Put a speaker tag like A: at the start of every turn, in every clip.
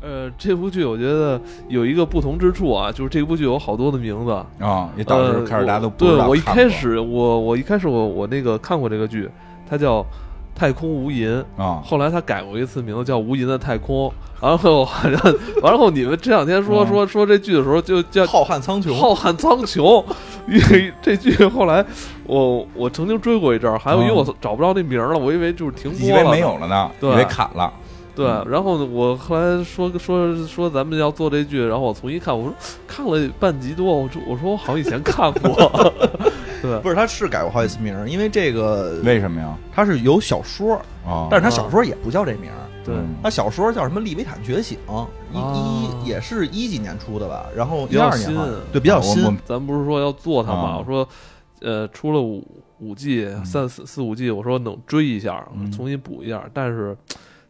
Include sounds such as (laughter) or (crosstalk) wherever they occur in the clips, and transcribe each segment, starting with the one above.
A: 呃，这部剧我觉得有一个不同之处啊，就是这部剧有好多的名字，
B: 啊，也导致开始大家都不
A: 对
B: 知道
A: 呃我一
B: 看
A: 开
B: 过
A: 始我我一开始我我那个看过这个剧，它叫《太空无垠》，
B: 啊，
A: 后来他改过一次名字叫《无垠的太空》，然后好像完了后你们这两天说
B: 嗯
A: 说说这剧的时候就叫
C: 浩瀚苍穹，
A: 浩瀚苍穹，因为这剧后来我我曾经追过一阵儿，还有因为
B: 嗯
A: 我找不着那名儿了，我以为就是停播
B: (laughs) 以
A: 了，
B: 为没有了呢，以
A: 对
B: 为砍了，
A: 对，
B: 嗯
A: 然后呢，我后来说说说咱们要做这剧，然后我重新看，我说看了半集多，我说我说我好像以前看
B: (laughs)
A: 过，
B: 嗯
A: 对
C: 不是，他是改过好几次名儿，因为这个
B: 为什么呀？
C: 他是有小说，
B: 啊，
C: 但是他小说也不叫这名儿，
A: 对，
B: 嗯
C: 他小说叫什么《利维坦觉醒》，
A: 啊
C: 一一也是一几年出的吧，然后
A: 比
C: 一
A: 较
C: 二年好像
A: 新
C: 对，比较
B: 啊我
C: 新
B: 我们
A: 咱不是说要做它嘛，
B: 啊
A: 我说呃出了五五季三四四五季，我说能追一下，
B: 嗯
A: 重新补一下，但是。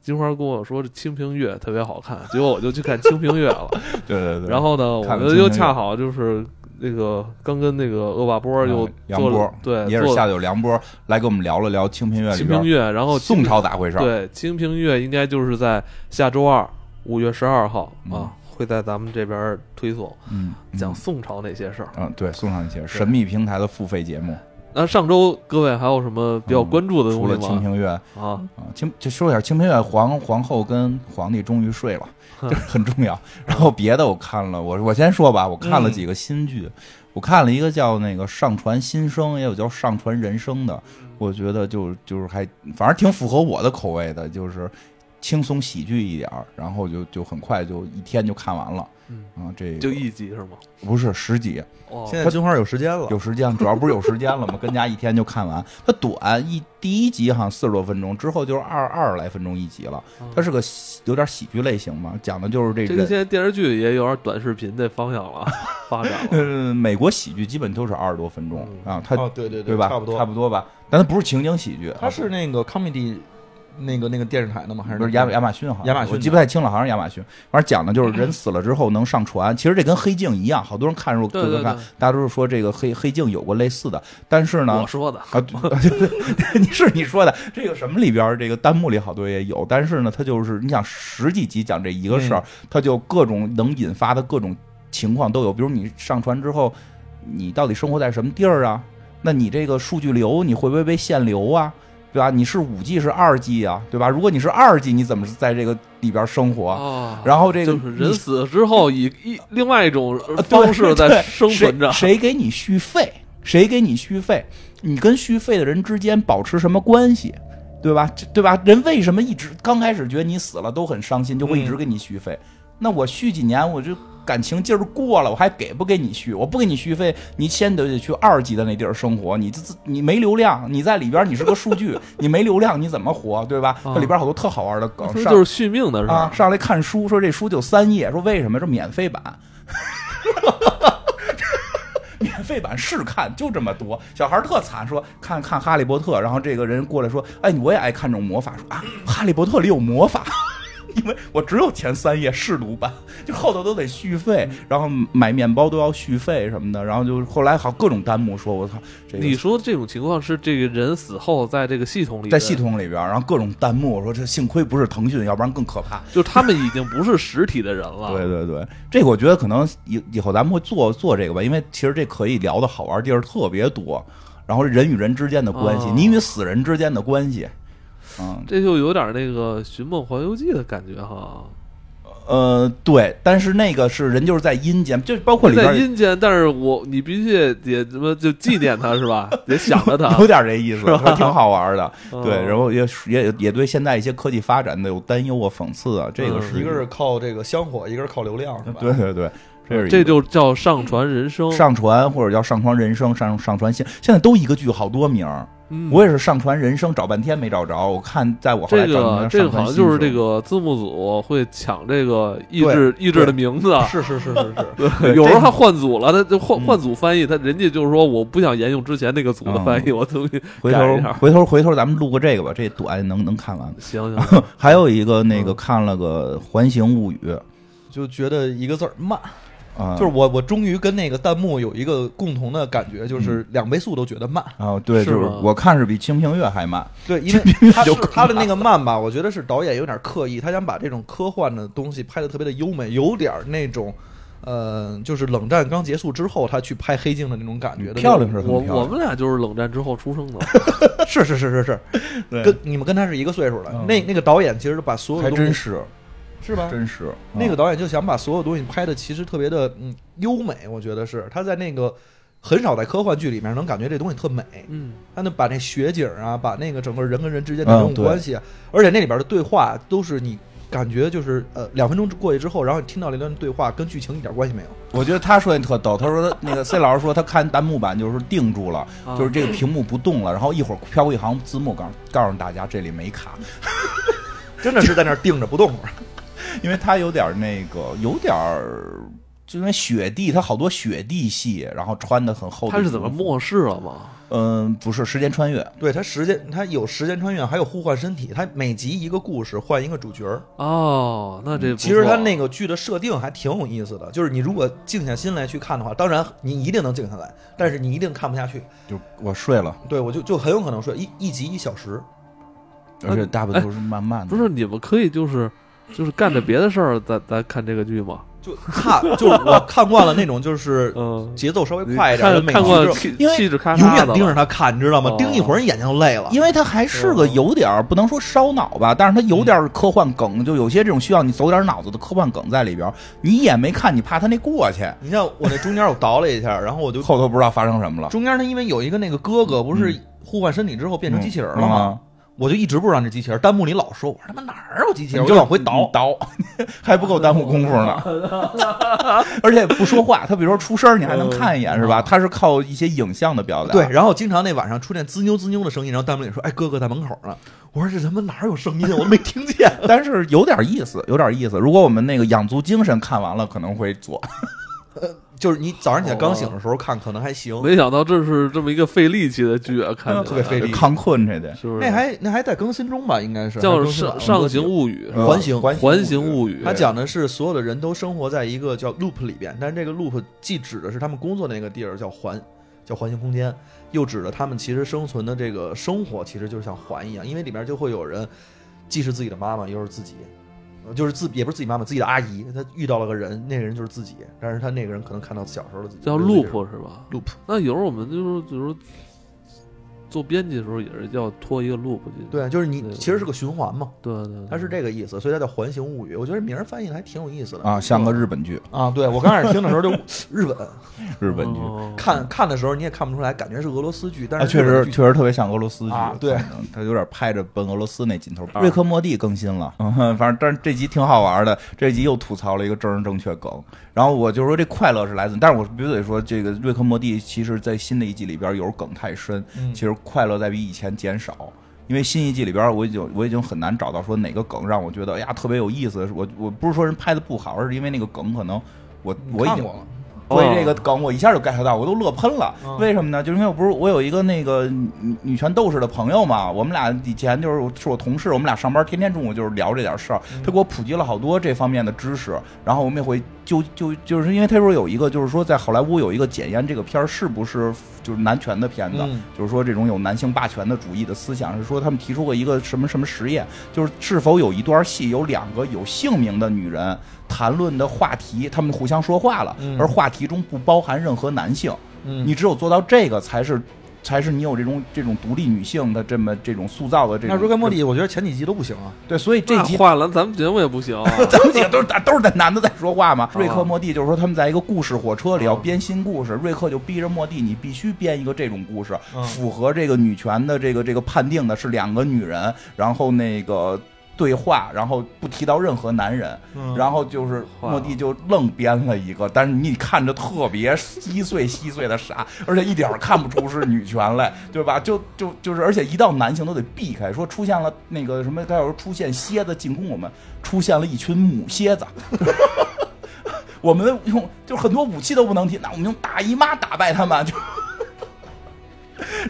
A: 金花跟我说这《清平乐》特别好看，结果我就去看《清平乐》了。
B: 对对 (laughs) 对，
A: 然后呢，我
B: 看了
A: 们
B: 清
A: 又
B: 平
A: 恰
B: 乐
A: 好就是那个刚跟那个恶霸波
B: 啊
A: 又
B: 梁
A: 做
B: 波
A: 了，对
B: 也
A: 做
B: 是
A: 了
B: 下九梁波来跟我们聊了聊清平乐里
A: 清平
B: 边
A: 乐，然后清
B: 宋朝咋回事儿，
A: 对，清平乐应该就是在下周二，五月十二号
B: 嗯
A: 啊，会在咱们这边推送
B: 嗯，嗯
A: 讲宋朝那些事儿。
B: 嗯，对，送上一些神秘平台的付费节目，
A: 那上周各位还有什么比较关注的
B: 嗯除了
A: 东
B: 清
A: 西吗？
B: 平乐
A: 啊，
B: 啊，清就说点清平乐，皇皇后跟皇帝终于
A: (laughs)
B: 睡了，这是很重要。然后别的我看了，我我先说吧，我
A: 嗯
B: 看了几个新剧，我看了一个叫那个《上传新生》，也有叫《上传人生》的，
A: 嗯
B: 我觉得就就是还反正挺符合我的口味的，就是轻松喜剧一点儿，然后就就很快就一天就看完了。
A: 嗯
B: 啊，这
A: 就一集是吗？
B: 不是十几，啊
A: 哦，
C: 现在金花有时间了，
B: 有时间，主要不是有时间了
C: (laughs)
B: 嘛，跟家一天就看完。它短一第一集好像四十多分钟，之后就是二二十来分钟一集了。
C: 嗯
B: 它是个喜有点喜剧类型嘛，讲的就是这
A: 这个
B: 人。
A: 现在电视剧也有点短视频的方向
B: (laughs)
A: 了，发展了。
B: 呃，美国喜剧基本都是二十多分钟啊，它
C: 哦，对对
B: 对吧？
C: 差不多，
B: 差不多吧。但它不是情景喜剧，啊
C: 他是那个 comedy 那个那个电视台的吗？还是
B: 不是亚亚马逊好像
C: 亚马逊的
B: 我记不太清了，好像是亚马逊。反正讲的就是人死了之后能上船，其实这跟黑镜一样，好多人看入
A: 对
B: 就
A: 对
B: 是看
A: 对，
B: 大家都是说这个黑黑镜有过类似的，但是呢
A: 我，说的，
B: (laughs) 啊，对对对， (laughs) 你是你说的这个什么里边儿，这个弹幕里好多也有，但是呢，它就是你想十几集讲这一个事儿，它就各种能引发的各种情况都有，比如你上船之后，你到底生活在什么地儿啊？那你这个数据流你会不会被限流啊？对吧？你是五 G 是二 G 啊？对吧？如果你是二 G，你怎么在这个里边儿生活？
A: 哦
B: 然后这个
A: 就是
B: 你
A: 人死了之后以一另外一种
B: 对
A: 方式在
B: 对
A: 生存着。
B: 谁谁给你续费？谁给你续费？你跟续费的人之间保持什么关系？对吧？这对吧？人为什么一直刚开始觉得你死了都很伤心，就会
A: 嗯
B: 一直给你续费？那我续几年，我就感情劲儿过了，我还给不给你续？我不给你续费，你先得得去二级的那地儿生活。你自你没流量，你在里边儿你是个数据， (laughs) 你没流量你怎么活？对吧？
A: 啊
B: 它里边儿好多特好玩的梗，
A: 这
B: 上
A: 就是续命的事
B: 啊
A: 儿，，
B: 上来看书，说这书就三页，说为什么？说免费版。 (laughs) 免费版试看就这么多，小孩儿特惨，说看看《哈利波特》，然后这个人过来说：“哎，我也爱看这种魔法。”说啊，《哈利波特》里有魔法， (laughs) 因为我只有前三页试读版，就后头都得续费，然后买面包都要续费什么的，然后就后来好各种弹幕说：“我操，这个
A: 你说这种情况是这个人死后在这个系统里
B: 在
A: 的
B: 系统里边儿。”然后各种弹幕说：“这幸亏不是腾讯，要不然更可怕。”
A: 就他们已经不是实体的人了。
B: 对对对，这个我觉得可能以以后咱们会做做这个吧，因为其实这可以聊的好玩地儿特别多，然后人与人之间的关系，
A: 哦
B: 你与死人之间的关系，嗯
A: 这就有点那个《寻梦环游记》的感觉哈，
B: 呃对，但是那个是人就是在阴间，就包括里边
A: 在
B: 儿
A: 阴间，但是我你必须得得什么就纪念他是
B: (laughs)
A: 吧？得想着他
B: 有。点这意思，还挺好
A: (laughs)
B: 玩的，对，
A: 嗯
B: 然后也也也对现在一些科技发展的有担忧啊、讽刺啊，这个
A: 嗯
B: 是
C: 一个是靠这个香火，一个是靠流量，是吧？
B: 对对对，这是一
A: 这
B: 个
A: 就叫上传人生。
B: 上传或者叫上传人生、上上传现，现在都一个剧好多名儿。
A: 嗯
B: 我也是上传人生找半天没找着，我看在我后来
A: 这
B: 找到
A: 个
B: 了
A: 这个
B: 上传
A: 好像
B: 新
A: 就是
B: 生
A: 这个字幕组会抢这个译制译制的名字，
C: 啊是是
B: (laughs)
C: 是是是，
A: (laughs) 对有时候还换组了，他就换
B: 嗯
A: 换组翻译，他人家就是说我不想沿用之前那个组的翻译，我特别
B: 回
A: 改一
B: 头
A: 下
B: 回头回头咱们录个这个吧，这短能能看完。 (laughs)
A: 行行，
B: 还有一个那个
A: 嗯
B: 看了个《环形物语》，
C: 就觉得一个字儿慢，
B: 啊，
C: 就是我我终于跟那个弹幕有一个共同的感觉，
B: 嗯
C: 就是两倍速都觉得慢。
B: 啊，对，
A: 是
B: 就是
A: 吗
B: 我看是比《清平乐》还慢，
C: 对，因为他是他的那
B: 啊
C: 个慢吧，我觉得是导演有点刻意，他想把这种科幻的东西拍的特别的优美，有点那种。呃，就是冷战刚结束之后，他去拍黑镜的那种感觉的，
B: 漂亮是很
A: 我
B: 漂
A: 我
B: 亮，
A: 们俩就是冷战之后出生的，
C: (laughs) 是是是是是，跟你们跟他是一个岁数的。
B: 嗯
C: 那那个导演其实把所有
B: 还
C: 的东西
B: 真是
C: 是
A: 啊
C: 吧？
B: 真是啊
C: 那个导演就想把所有东西拍的其实特别的嗯优美，我觉得是他在那个很少在科幻剧里面能感觉这东西特美，
A: 嗯，
C: 他能把那雪景啊，把那个整个人跟人之间的这种
B: 嗯对
C: 关系啊，而且那里边的对话都是你感觉就是呃两分钟过去之后，然后你听到那段对话跟剧情一点关系没有，
B: 我觉得他说的特逗，他说他那个 C 老师说他看弹幕版就是定住了，
A: 啊
B: 就是这个屏幕不动了，然后一会儿飘过一行字幕告告诉大家这里没卡，
C: (laughs) 真的是在那儿定着不动。
B: 因为他有点儿那个有点儿，就因为雪地，他好多雪地戏，然后穿的很厚的
A: 他
B: 衣服。
A: 是怎么末世了嘛？
B: 嗯，不是时间穿越，
C: (laughs) 对他时间，他有时间穿越，还有互换身体，他每集一个故事换一个主角儿。
A: 哦，那这不
C: 嗯其实
A: 错
C: 他那个剧的设定还挺有意思的，就是你如果静下心来去看的话，当然你一定能静下来，但是你一定看不下去。
B: 就我睡了，
C: 对我就就很有可能说一一集一小时，
B: 而且大部分
C: 呃
B: 都是慢慢的。
A: 不是你们可以就是就是干着别的事儿，咱咱看这个剧嘛。
C: 就看就是我看惯了那种就
A: (laughs)
C: 是
A: 嗯，
C: 节奏稍微
A: 你
C: 快一点的
A: 看
C: 美
A: 看
C: 剧
A: 过
C: 之后，
A: 气
B: 因为
A: 气质咔
C: 永
A: 嚓的
C: 远
A: 了，
C: 盯着他看，你知道吗
A: 哦？
C: 盯一会儿你眼睛就累了。
B: 因为他还是个有点儿不能说烧脑吧，但是他有点儿科幻梗，就有些这种需要你走点儿脑子的科幻梗在里边儿。你一眼没看，你怕他那过去，
C: 你像我那中间我倒了一下，然后我就
B: 后头不知道发生什么了，
C: 中间他因为有一个那个哥哥不是互换身体之后变成机器人
B: 嗯
C: 了吗？嗯我就一直不知道那机器人，弹幕里老说我说他妈哪儿有机器
B: 嗯？
C: 人，
B: 你
C: 我就往回倒。
B: 倒， (laughs) 还不够耽误功夫呢。而且不说话，他比如说出声儿，你还能看一眼是吧？他是靠一些影像的表达。
C: 嗯对，，然后经常那晚上出现滋妞滋妞的声音，然后弹幕里说：“哎，哥哥在门口呢。”我说：“这他妈哪儿有声音啊？我没听见。
B: 但是有点意思，有点意思。如果我们那个养足精神看完了，可能会做。”
C: (laughs) 就是你早上起来刚醒的时候看，可能还行。
A: 没想到这是这么一个费力气的剧啊，看起来
C: 特别费力
B: 抗困这得
A: 是不是？
C: 那还那还在更新中吧？应该是
A: 叫《
C: 还是更新
A: 上上
C: 了
A: 行物语》是吧
C: 嗯环形
A: 环形物语
C: 它讲的是所有的人都生活在一个叫 loop 里边，但是这个 loop 既指的是他们工作的那个地儿叫环，叫环形空间，又指的他们其实生存的这个生活其实就是像环一样，因为里面就会有人既是自己的妈妈，又是自己，呃就是自也不是自己妈妈，自己的阿姨，他遇到了个人，那个人就是自己，但是他那个人可能看到小时候的自己，
A: 叫
C: 就是那个
A: loop 是吧？
C: loop，
A: 那有时候我们就是就是做编辑的时候也是要拖一个 loop 进去。
C: 对，就是你
A: 对
C: 其实是个循环嘛，
A: 对对对，
C: 它是这个意思，所以它叫环形物语，我觉得名儿翻译的还挺有意思的
B: 啊，像个日本剧，
C: 啊，对我刚开始听的时候就日本。
B: 日本剧。
A: 哦
C: 看看的时候你也看不出来，感觉是俄罗斯剧，但
B: 啊，
C: 是
B: 确
C: 日本
B: 实
C: 剧
B: 确实特别像俄罗斯剧，
C: 啊对
B: 反正他有点拍着奔俄罗斯那劲头。
A: 啊
B: 瑞克莫蒂更新了， (laughs) 嗯哼反正但是这集挺好玩的，这集又吐槽了一个政治正确梗。然后我就说这快乐是来自，但是我必须得说，这个瑞克莫蒂其实在新的一季里边有梗太深，
C: 嗯
B: 其实快乐在比以前减少。因为新一季里边，我已经我已经很难找到说哪个梗让我觉得哎呀特别有意思。我我不是说人拍的不好，而是因为那个梗可能我我已
C: 看
B: 经
C: 过了，
B: 所以这个梗我一下就 get 到，我都乐喷了。
C: 嗯
B: 为什么呢？就是因为我不是我有一个那个女女权斗士的朋友嘛，我们俩以前就是是我同事，我们俩上班天天中午就是聊这点事儿，
C: 嗯
B: 他给我普及了好多这方面的知识。然后我们也会就就就是因为他说有一个就是说在好莱坞有一个检验这个片儿是不是就是男权的片子，
C: 嗯
B: 就是说这种有男性霸权的主义的思想，是说他们提出过一个什么什么实验，就是是否有一段戏有两个有姓名的女人谈论的话题，他们互相说话了，
C: 嗯
B: 而话题中不包含任何男性，
C: 嗯
B: 你只有做到这个才是。才是你有这种这种独立女性的这么这种塑造的这种
C: 那。瑞克莫蒂，我觉得前几集都不行啊，
B: 对，所以这集
A: 那换了咱们节目也不行
C: (laughs)
A: 啊。
B: 咱们几个都是都是在男的在说话嘛。瑞克莫蒂就是说他们在一个故事火车里要编新故事，瑞克就逼着莫蒂，你必须编一个这种故事，
C: 嗯
B: 符合这个女权的这个这个判定的是两个女人，然后那个对话，然后不提到任何男人。
C: 嗯
B: 然后就是莫蒂就愣编了一个，但是你看着特别稀碎稀碎的傻，而且一点儿看不出是女权来，对吧？就就就是，而且一到男性都得避开，说出现了那个什么，他要是出现蝎子进攻我们，出现了一群母蝎子。我们用就很多武器都不能提，那我们用大姨妈打败他们，就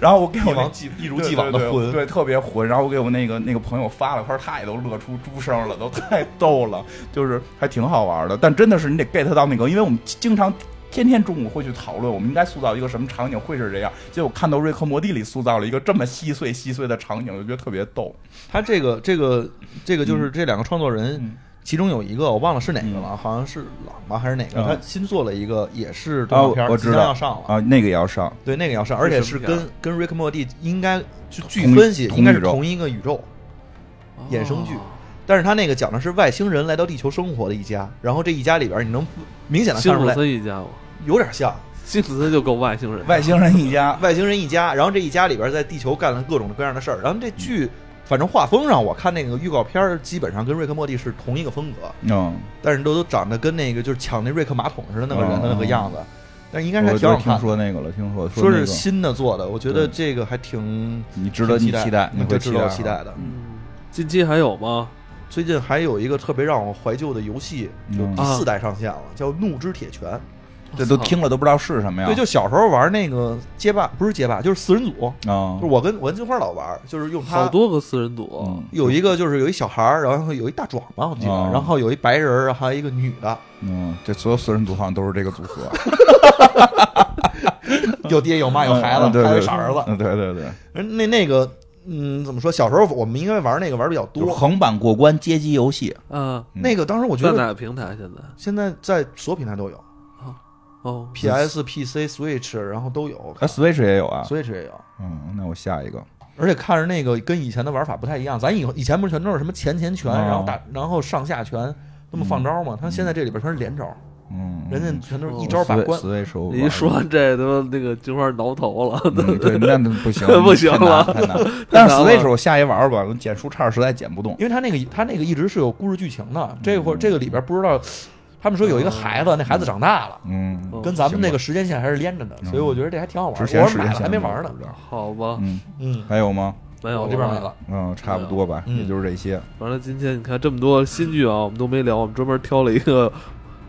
B: 然后我给
C: 一
B: 我那
C: 往既一如既往的
B: 对对
C: 混，
B: 对，特别混。然后我给我那个那个朋友发了，他说他也都乐出猪声了，都太逗了，就是还挺好玩的。但真的是你得 get 到那个，因为我们经常。天天中午会去讨论，我们应该塑造一个什么场景会是这样。结果看到《瑞克莫蒂》里塑造了一个这么细碎细碎的场景，我就觉得特别逗。
C: 他这个这个这个就是这两个创作人，
B: 嗯
C: 其中有一个我忘了是哪个了，好像是朗吧还是哪个，
B: 嗯
C: 他新做了一个也是动画片，
B: 啊我知道
C: 即将要上了。
B: 啊，那个也要上，
C: 对，那个要上，而且是跟跟 Rick 莫蒂应该就据
B: 同一
C: 分析
B: 同
C: 应该是
B: 宇宙
C: 同一个宇宙，衍生剧
A: 哦
C: 但是他那个讲的是外星人来到地球生活的一家，然后这一家里边你能明显的
A: 辛
C: 看出
A: 普
C: 来
A: 森一家嘛，
C: 有点像
A: 辛普森就够外星人，
B: 外星人一家，
C: 外星人一家，然后这一家里边在地球干了各种各样的事儿，然后这
B: 嗯
C: 剧。反正画风上，我看那个预告片儿基本上跟瑞克莫蒂是同一个风格，
B: 嗯，
C: 但是都都长得跟那个就是抢那瑞克马桶似的那个人的那个样子，但是应该是
B: 哦
C: 还
B: 我就
C: 挺好
B: 听
C: 看的。
B: 说那个了，听说
C: 说
B: 那
C: 是
B: 个
C: 新的做的，我觉得
B: 对
C: 这个还挺
B: 你值得
C: 挺嗯
B: 你期待，啊你会
C: 对值得我期待的。
A: 嗯，近期还有吗？
C: 最近还有一个特别让我怀旧的游戏，就
B: 嗯
C: 第四代上线了，叫《怒之铁拳》。
B: (laughs) 这
C: (laughs)
B: 都
A: 我操
B: 听了都不知道是什哎么呀？
C: 对，就小时候玩那个街霸，不是街霸，就是四人组，
B: 啊
C: 就是，我跟我跟金花老玩，就是用他
A: 好多个四人组，
B: 嗯
C: 有一个就是有一小孩儿，然后有一大壮吧，我记得，
B: 哦
C: 然后有一白人儿，还有一个女
B: (laughs)
C: 的，
B: 嗯，这所有四人组好像都是这个组
C: (laughs)
B: 合，
C: 有爹有妈有孩子，
B: 嗯对
C: 还有
B: 对
C: 一傻儿子。
B: 嗯对对对，
C: 那那个，嗯，怎么说？小时候我们应该玩那个玩比较
B: 就是
C: 多。
B: 横版过关街机游
C: (laughs)
B: 戏，
A: 嗯，
B: 嗯
C: 那个当时我觉
A: 在哪
C: 得，
A: 个平台现在？
C: 现在在所有平台都
B: 嗯
C: 有
A: 哦，
C: ，PS、PC、Switch，然后都有我
B: 啊
C: 看
B: ，Switch 也有啊。
C: ，Switch 也有。
B: 嗯，那我下一个，
C: 而且看着那个跟以前的玩法不太一样，咱以后以前不是全都是什么前前拳，
B: 哦
C: 然后大然后上下拳那么放招吗？他现在这里边全是连招，
B: 嗯，
C: 人家全都是一招把关。
B: Switch 我玩
A: 你一说完这，他妈那个金花挠头了，，
B: 嗯对，那不
C: (laughs)
B: 行
A: 不行了
B: 太难太难。但是
A: 太难了
B: Switch 我下一玩吧，我剪树杈实在剪不动。
C: 因为他那个他那个一直是有故事剧情的，这会儿这个里边不知道，他们说有一个孩子，那孩子长大了，
B: 嗯，
A: 嗯
C: 跟咱们那个时间线还是连着的，
B: 嗯
C: 所以我觉得这还挺好玩。
B: 之
C: 我
B: 前时
C: 买
B: 间
C: 了
B: 线
C: 还没玩
B: 呢
C: 呢，。
A: (laughs) 好吧，
B: 嗯，
C: 嗯，
B: 还有吗？
A: 没有
C: 我
A: 了
C: 这边没了。
B: 嗯，差不多吧，
C: 嗯
B: 也就是这些。
A: 完了，今天你看这么多新剧啊，我们都没聊，我们专门挑了一
B: (laughs)
A: 个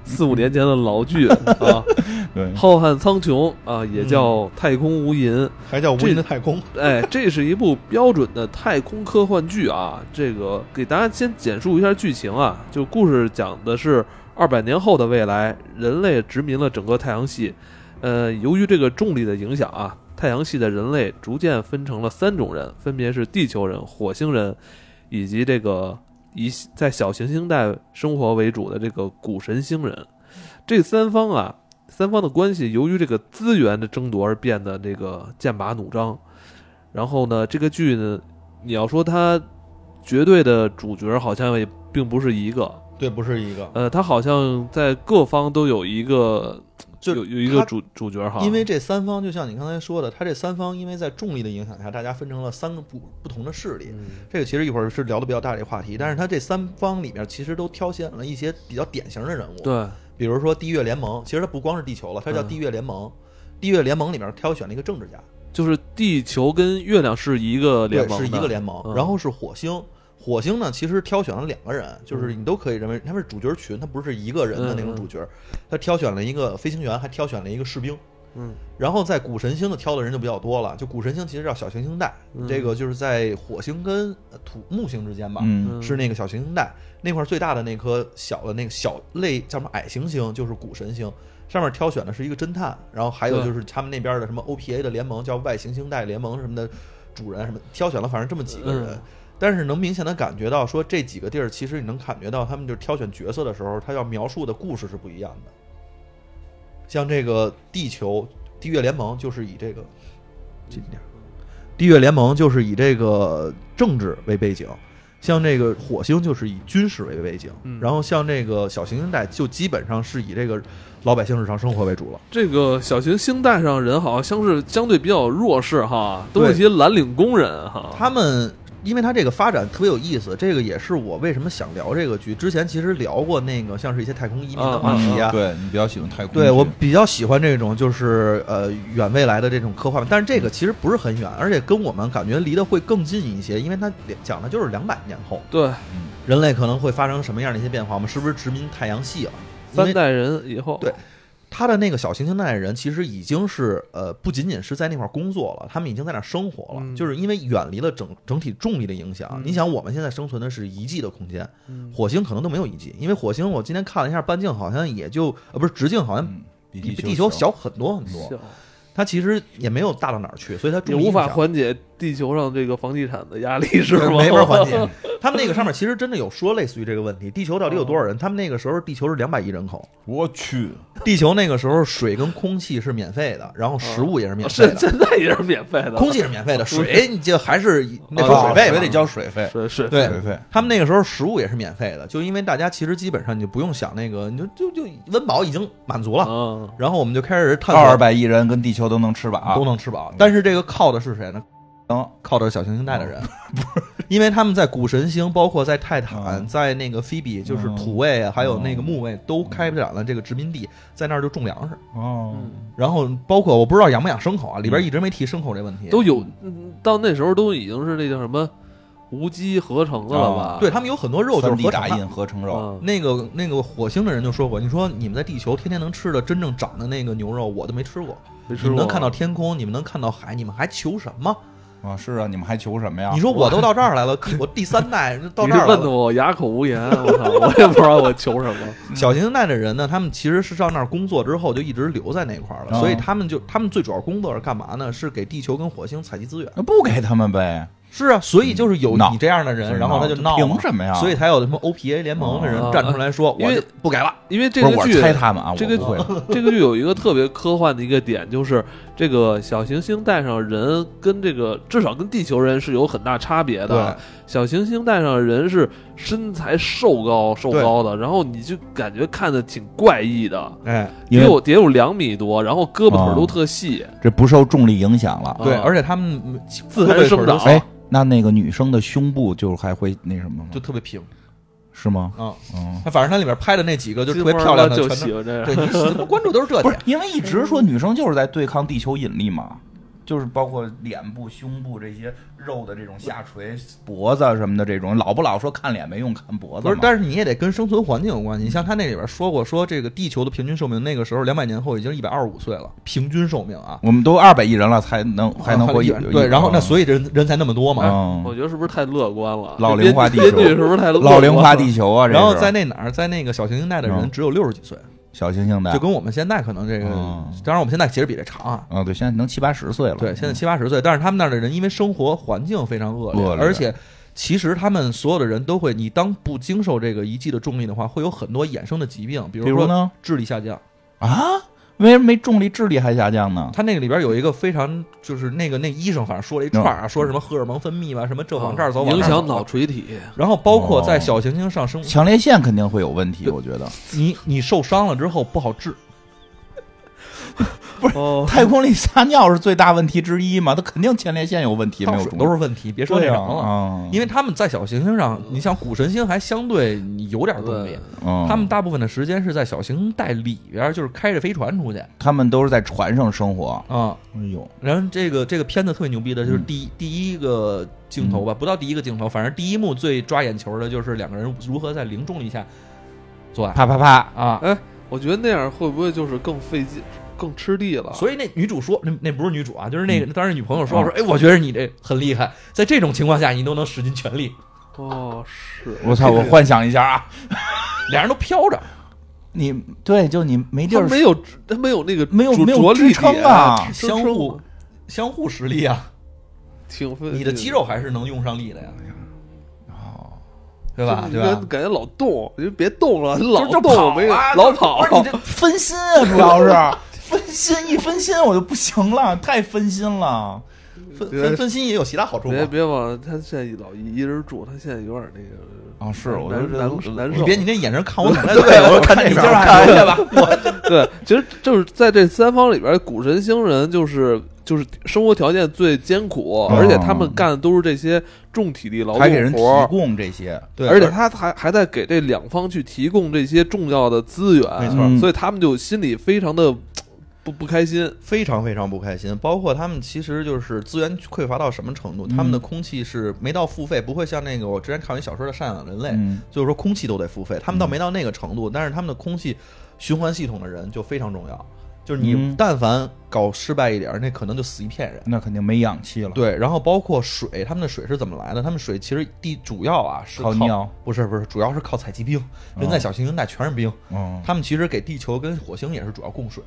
A: 四五年前的老剧
B: 嗯
A: 啊，
B: 对
A: 《浩瀚苍穹》啊，也
B: 嗯
A: 叫《太空无垠》。
C: 还叫无
A: 垠的
C: 太空，
A: 哎，这是一部标准的太空科幻剧啊。这个给大家先简述一下剧情啊，就故事讲的是二百年后的未来，人类殖民了整个太阳系。呃，由于这个重力的影响啊，太阳系的人类逐渐分成了三种人，分别是地球人、火星人，以及这个以在小行星带生活为主的这个古神星人。这三方啊，三方的关系由于这个资源的争夺而变得这个剑拔弩张。然后呢，这个剧呢，你要说它绝对的主角好像也并不是一个，
C: 对，不是一个，
A: 呃，它好像在各方都有一个，
C: 就
A: 有有一个
C: 它
A: 主主角哈，(laughs)
C: 因为这三方就像你刚才说的，他这三方因为在重力的影响下，大家分成了三个不不同的势力。
A: 嗯
C: 这个其实一会儿是聊的比较大的一个话题，但是他这三方里面其实都挑选了一些比较典型的人物，
A: 对，
C: 比如说地月联盟，其实它不光是地球了，它叫
A: 嗯
C: 地月联盟。地月联盟里面挑选了一个政治家，
A: 就是地球跟月亮是一个
C: 对
A: 联，盟，
C: 是一个，联盟。
A: 嗯
C: 然后是火星，火星呢其实挑选了两个
A: 嗯
C: 人，就是你都可以认为他们是主角群，他不是一个人的那种主角。他挑选了一个飞行员，还挑选了一个士兵。
A: 嗯，
C: 然后在古神星的挑的人就比较多了，就古神星其实叫小行星带，
A: 嗯
C: 这个就是在火星跟呃土木星之间吧，
B: 嗯
C: 是那个小行星带那块儿最大的那颗小的那个小类叫什么矮行星，就是古神星。上面挑选的是一个侦探，然后还有
A: 对
C: 就是他们那边的什么 OPA 的联盟，叫外行星带联盟什么的主人什么，挑选了反正这么几个人。
A: 嗯
C: 但是能明显的感觉到，说这几个地儿其实你能感觉到他们就是挑选角色的时候，他要描述的故事是不一样的。像这个地球地月联盟就是以这个近一点，地月联盟就是以这个政治为背景，像这个火星就是以军事为背景，
A: 嗯
C: 然后像这个小行星带就基本上是以这个老百姓日常生活为主了。
A: 这个小行星带上人好像是相对比较弱势哈，都
C: 对
A: 是一些蓝领工人哈，
C: 他们因为他这个发展特别有意思，这个也是我为什么想聊这个剧。之前其实聊过那个像是一些太空移民的话题啊，
B: 嗯
C: 嗯
B: 对你比较喜欢太空剧，
C: 对我比较喜欢这种就是呃远未来的这种科幻，但是这个其实不是很远，而且跟我们感觉离得会更近一些，因为它讲的就是两百年后
A: 对，
C: 人类可能会发生什么样的一些变化，我们是不是殖民太阳系了？因
A: 三
C: 为
A: 代人以后，
C: 对他的那个小行星那代人其实已经是呃，不仅仅是在那块儿工作了，他们已经在那儿生活了，
A: 嗯
C: 就是因为远离了整整体重力的影响。
A: 嗯
C: 你想，我们现在生存的是一 G 的空间，
A: 嗯
C: 火星可能都没有一 G，因为火星我今天看了一下半径，好像也就呃不是直径，好像
B: 嗯，比
C: 比
B: 地
C: 地
B: 球
C: 球小很多很多。它其实也没有大到哪儿去，所以它重
A: 也
C: 力
A: 无法
C: 影响
A: 缓解地球上这个房地产的压力，是吗？
C: 没法缓解。他们那个上面其实真的有说类似于这个问题，地球到底有多少人？他们那个时候地球是两百亿人口，
B: 我去，
C: 地球那个时候水跟空气是免费的，然后食物也是免费
A: 现
C: 的，
A: 现在哦也是免费的，
C: 空气是免费的，水你就还是那
B: 那
C: 时候水费
B: 也
C: 吧
B: 得交啊水费，
A: 是 (laughs) 是，
C: 对
B: 水费
C: 他们那个时候食物也是免费的，就因为大家其实基本上你就不用想那个，你就就就温饱已经满足了，
A: 嗯，
C: 然后我们就开始探索
B: 二百啊亿人跟地球都能吃饱，哦
C: 都能吃饱，但是这个靠的是谁呢？
B: 能
C: 靠着小行星带的人，不是因为他们在古神星，包括在泰
B: 嗯
C: 坦，在那个菲比，就是
B: 嗯
C: 土卫啊，还有那个
B: 嗯
C: 木卫，都开展了这个殖民地，在那儿就种粮食。
B: 哦
A: 嗯
C: 然后包括我不知道养不养牲口啊，里边一直没提牲口这问题。
A: 都有，嗯到那时候都已经是那叫什么无机合成的了吧？
C: 啊对他们有很多肉就是
B: 三 D
C: 合
B: 打
C: 产的。
B: 印合成肉，
A: 嗯，
C: 那个那个火星的人就说过，你说你们在地球天天能吃的真正长的那个牛肉，我都没吃过。
A: 没吃
C: 你们能
A: 过
C: 看到天空，你们能看到海，你们还求什么？
B: 啊是啊，你们还求什么呀？
C: 你说我都到这儿来了，第我第三代到
A: 你
C: 这
A: 是
C: 儿来
A: 问
C: 了
A: 的，我哑口无言，我操，我也不知道我求什么。
C: 小行星带的人呢，他们其实是上那儿工作之后就一直留在那块儿了，
B: 哦
C: 所以他们就他们最主要工作是干嘛呢？是给地球跟火星采集资源。
B: 那不给他们呗？
C: 是啊，所以就是
B: 嗯
C: 有
B: 闹
C: 你这样的
B: 所
C: 人，
B: 以
C: 然后他
B: 闹
C: 就闹嘛
B: 凭什么呀
C: 所以才有什么 OPA 联盟的人
A: 哦
C: 站出来说，
A: 因
C: 我
A: 为
C: 就不给了。
A: 因为这
B: 不是
A: 个
B: 我
A: 剧，
B: 猜他们啊，我
A: 这个
B: 不会的
A: 这个剧有一个特别科幻的一个点，就是这个小行星带上人跟这个至少跟地球人是有很大差别的啊。小行星带上人是身材瘦高瘦高的，然后你就感觉看着挺怪异的，
C: 哎，
A: 得
B: 因为
A: 有得有两米多，然后胳膊腿儿
B: 哦
A: 都特细，
B: 这不受重力影响了。
A: 啊
C: 对，而且他们
A: 自然生长。
B: 哎，那那个女生的胸部就还会那什么吗
C: 就？特别平
B: 是吗？
C: 啊。
B: 嗯，
C: 他反正他里面拍的那几个就
A: 金
C: 特别
A: 花
C: 漂亮的，
A: 就
C: 全
A: 喜
C: 都
A: 欢这样。
C: 对你怎么关注
B: (laughs)
C: 都是这
B: 不是，
C: 点
B: 因为一直说女生就是在对抗地球引力嘛，就是包括脸部、胸部这些肉的这种下垂、脖子什么的这种，老不老说看脸没用，看脖子
C: 不是，
B: 是
C: 但是你也得跟生存环境有关系。你像他那里边说过，说这个地球的平均寿命，那个时候两百年后已经一百二十五岁了，平均寿命啊，
B: 我们都二百亿人了，才能 (laughs) 还能活一
C: 对，然后那
B: 以
C: 所以人人才那么多嘛。
A: 我
B: 嗯，
A: 觉得是不是太乐观了？
B: 老龄化地
A: 编
B: 球
A: 编剧是不是太乐观了
B: 老龄化地球啊，这
C: 然后
B: 是
C: 在那哪儿，在那个小行星带的人
B: 嗯
C: 只有六十几岁，
B: 小行星带
C: 就跟我们现在可能这个
B: 嗯，
C: 当然我们现在其实比这长啊。
B: 嗯，对，现在能七八十岁了，嗯
C: 对，现在七八十岁，但是他们那儿的人因为生活环境非常恶劣，
B: 恶劣
C: 而且其实他们所有的人都会，你当不经受这个一季的重力的话，会有很多衍生的疾病，
B: 比
C: 比如
B: 如
C: 说
B: 呢
C: 智力下降。
B: 啊，为什么没重力智力还下降呢？
C: 他那个里边有一个非常，就是那个那医生反正说了一串儿啊，说什么荷尔蒙分泌啊吧，什么这
B: 嗯
C: 往这儿走，往
A: 哦影
C: 那儿走
A: 响脑。垂体。
C: 然后包括在
B: 哦
C: 小行星上升，
B: 前列腺肯定会有问题，
C: 对
B: 我觉得。
C: 你你受伤了之后不好治，
A: 哦，
B: 太空里撒尿是最大问题之一嘛，他肯定前列腺有问题，没
C: 到
B: 有
C: 处
B: 重
C: 都是问题，别说那啥了。
B: 啊，
C: 因为他们在小行星上，你像古神星还相对有点动力
A: 对，
B: 嗯
C: 他们大部分的时间是在小行星带里边，就是开着飞船出去
B: 他们都是在船上生活。
C: 啊。
B: 哎呦，
C: 然后这个这个片子特别牛逼的，
B: 嗯
C: 就是第一第一个镜头吧，不到第一个镜头，反正第一幕最抓眼球的就是两个人如何在零重力下做爱
B: 啪啪啪，
C: 啊。
A: 我觉得那样会不会就是更费劲、更吃力了？
C: 所以那女主说，那那不是女主啊，就是那个
B: 啊嗯
C: 当时女朋友说，
B: 啊
C: 说哎，我觉得你这很厉害，在这种情况下你都能使尽全力，
A: 哦，是
B: 我 (laughs) 操！我幻想一下啊，
C: 俩人都飘着，
B: 你对，就你没地
A: 他
B: 儿，
A: 没有支他没有那个
B: 没有
A: 着
B: 没有
A: 着力
B: 支撑
A: 点
B: 啊
A: 支撑
C: 相互相互实力啊，
A: 挺费
C: 你的肌肉还是能用上力的呀，
B: 哦
C: 对吧？
A: 就是
C: 对
A: 你
C: 吧
A: 感？感觉老动，你就别动了，老
B: 就
A: 动没
B: 啊
A: 老
B: 就
A: 跑
B: 不。是你这分心 (laughs) 啊，主要是分心，一分心我就不行了，太分心了。
C: 分分分心也有其他好处
A: 别
C: 嘛。
A: 别往他现在老一一人住，他现在有点那个
B: 啊，是，我就
A: 难
B: 觉
A: 难
B: 得
A: 难受。
C: 你别你那眼神看我脑袋，
B: 对
C: 我
B: 我
C: 看
B: 看
C: 那
B: 你
C: 边啊
B: 今儿还
C: 儿看去吧。我
A: 对，其实就是在这三方里边，古神星人就是就是生活条件最艰苦，
B: 嗯
A: 而且他们干的都是这些重体力劳动活
B: 还
A: 儿，
B: 给人提供这些，
C: 对，
A: 而且他还还在给这两方去提供这些重要的资源，
C: 没
B: 错
A: 所以他们就心里非常的不不开心，
C: 非常非常不开心。包括他们其实就是资源匮乏到什么程度，他们的空气是没到付费，不会像那个我之前看一小说的《赡养人类》
B: 嗯
C: 就是说空气都得付费，他们倒没到那个程度，但是他们的空气循环系统的人就非常重要。就是你
B: 嗯
C: 但凡搞失败一点儿，那可能就死一片人。
B: 那肯定没氧气了。
C: 对，然后包括水，他们的水是怎么来的？他们水其实地主要啊是
B: 靠
C: 靠
B: 尿，
C: 不是不是，主要是靠采集冰。
A: 嗯
C: 人在小行星带全是冰，
B: 嗯，
C: 他们其实给地球跟火星也是主要供水，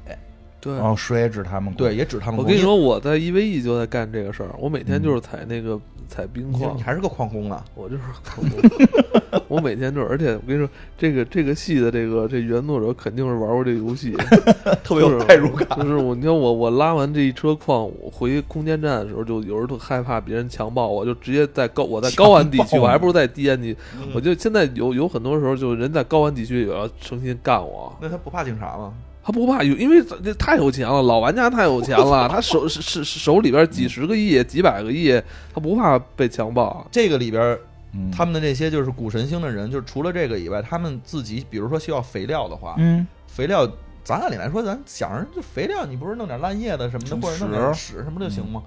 A: 对
B: 哦，水也指他们。
C: 对，，也指他们
A: 我
C: 供。
A: 跟你
C: 因为，
A: 说，我在 EVE 就在干这个事儿，我每天就是采那个采冰
C: 嗯你
A: 矿
C: 你，还是个矿工啊。
A: 我就是我 (laughs) 我每天就是，而且我跟你说，这个这个戏的这个这原作者肯定是玩过这个游戏，
C: (laughs) 特别有代入感。
A: 就是 (laughs) 我，你看我我拉完这一车矿，我回空间站的时候，就有时候特害怕别人强暴我，就直接在高我在高安地区，
B: 强暴
A: 我还不如在低安地区。
C: 嗯
A: 我就现在有有很多时候，就人在高安地区也要诚心干我，
C: 那他不怕警察吗？
A: 他不怕有，因为这太有钱了，老玩家太有钱了，
C: (laughs)
A: 他手手手手里边几十个亿、
C: 嗯
A: 几百个亿，他不怕被强暴。
C: 这个里边儿
B: 嗯、
C: 他们的这些就是古神星的人，就是除了这个以外，他们自己比如说需要肥料的话，
B: 嗯，
C: 肥料咱按理来说，咱想着就肥料，你不是弄点烂叶子什么的，
B: 弄
C: 或者弄点屎什么就行吗？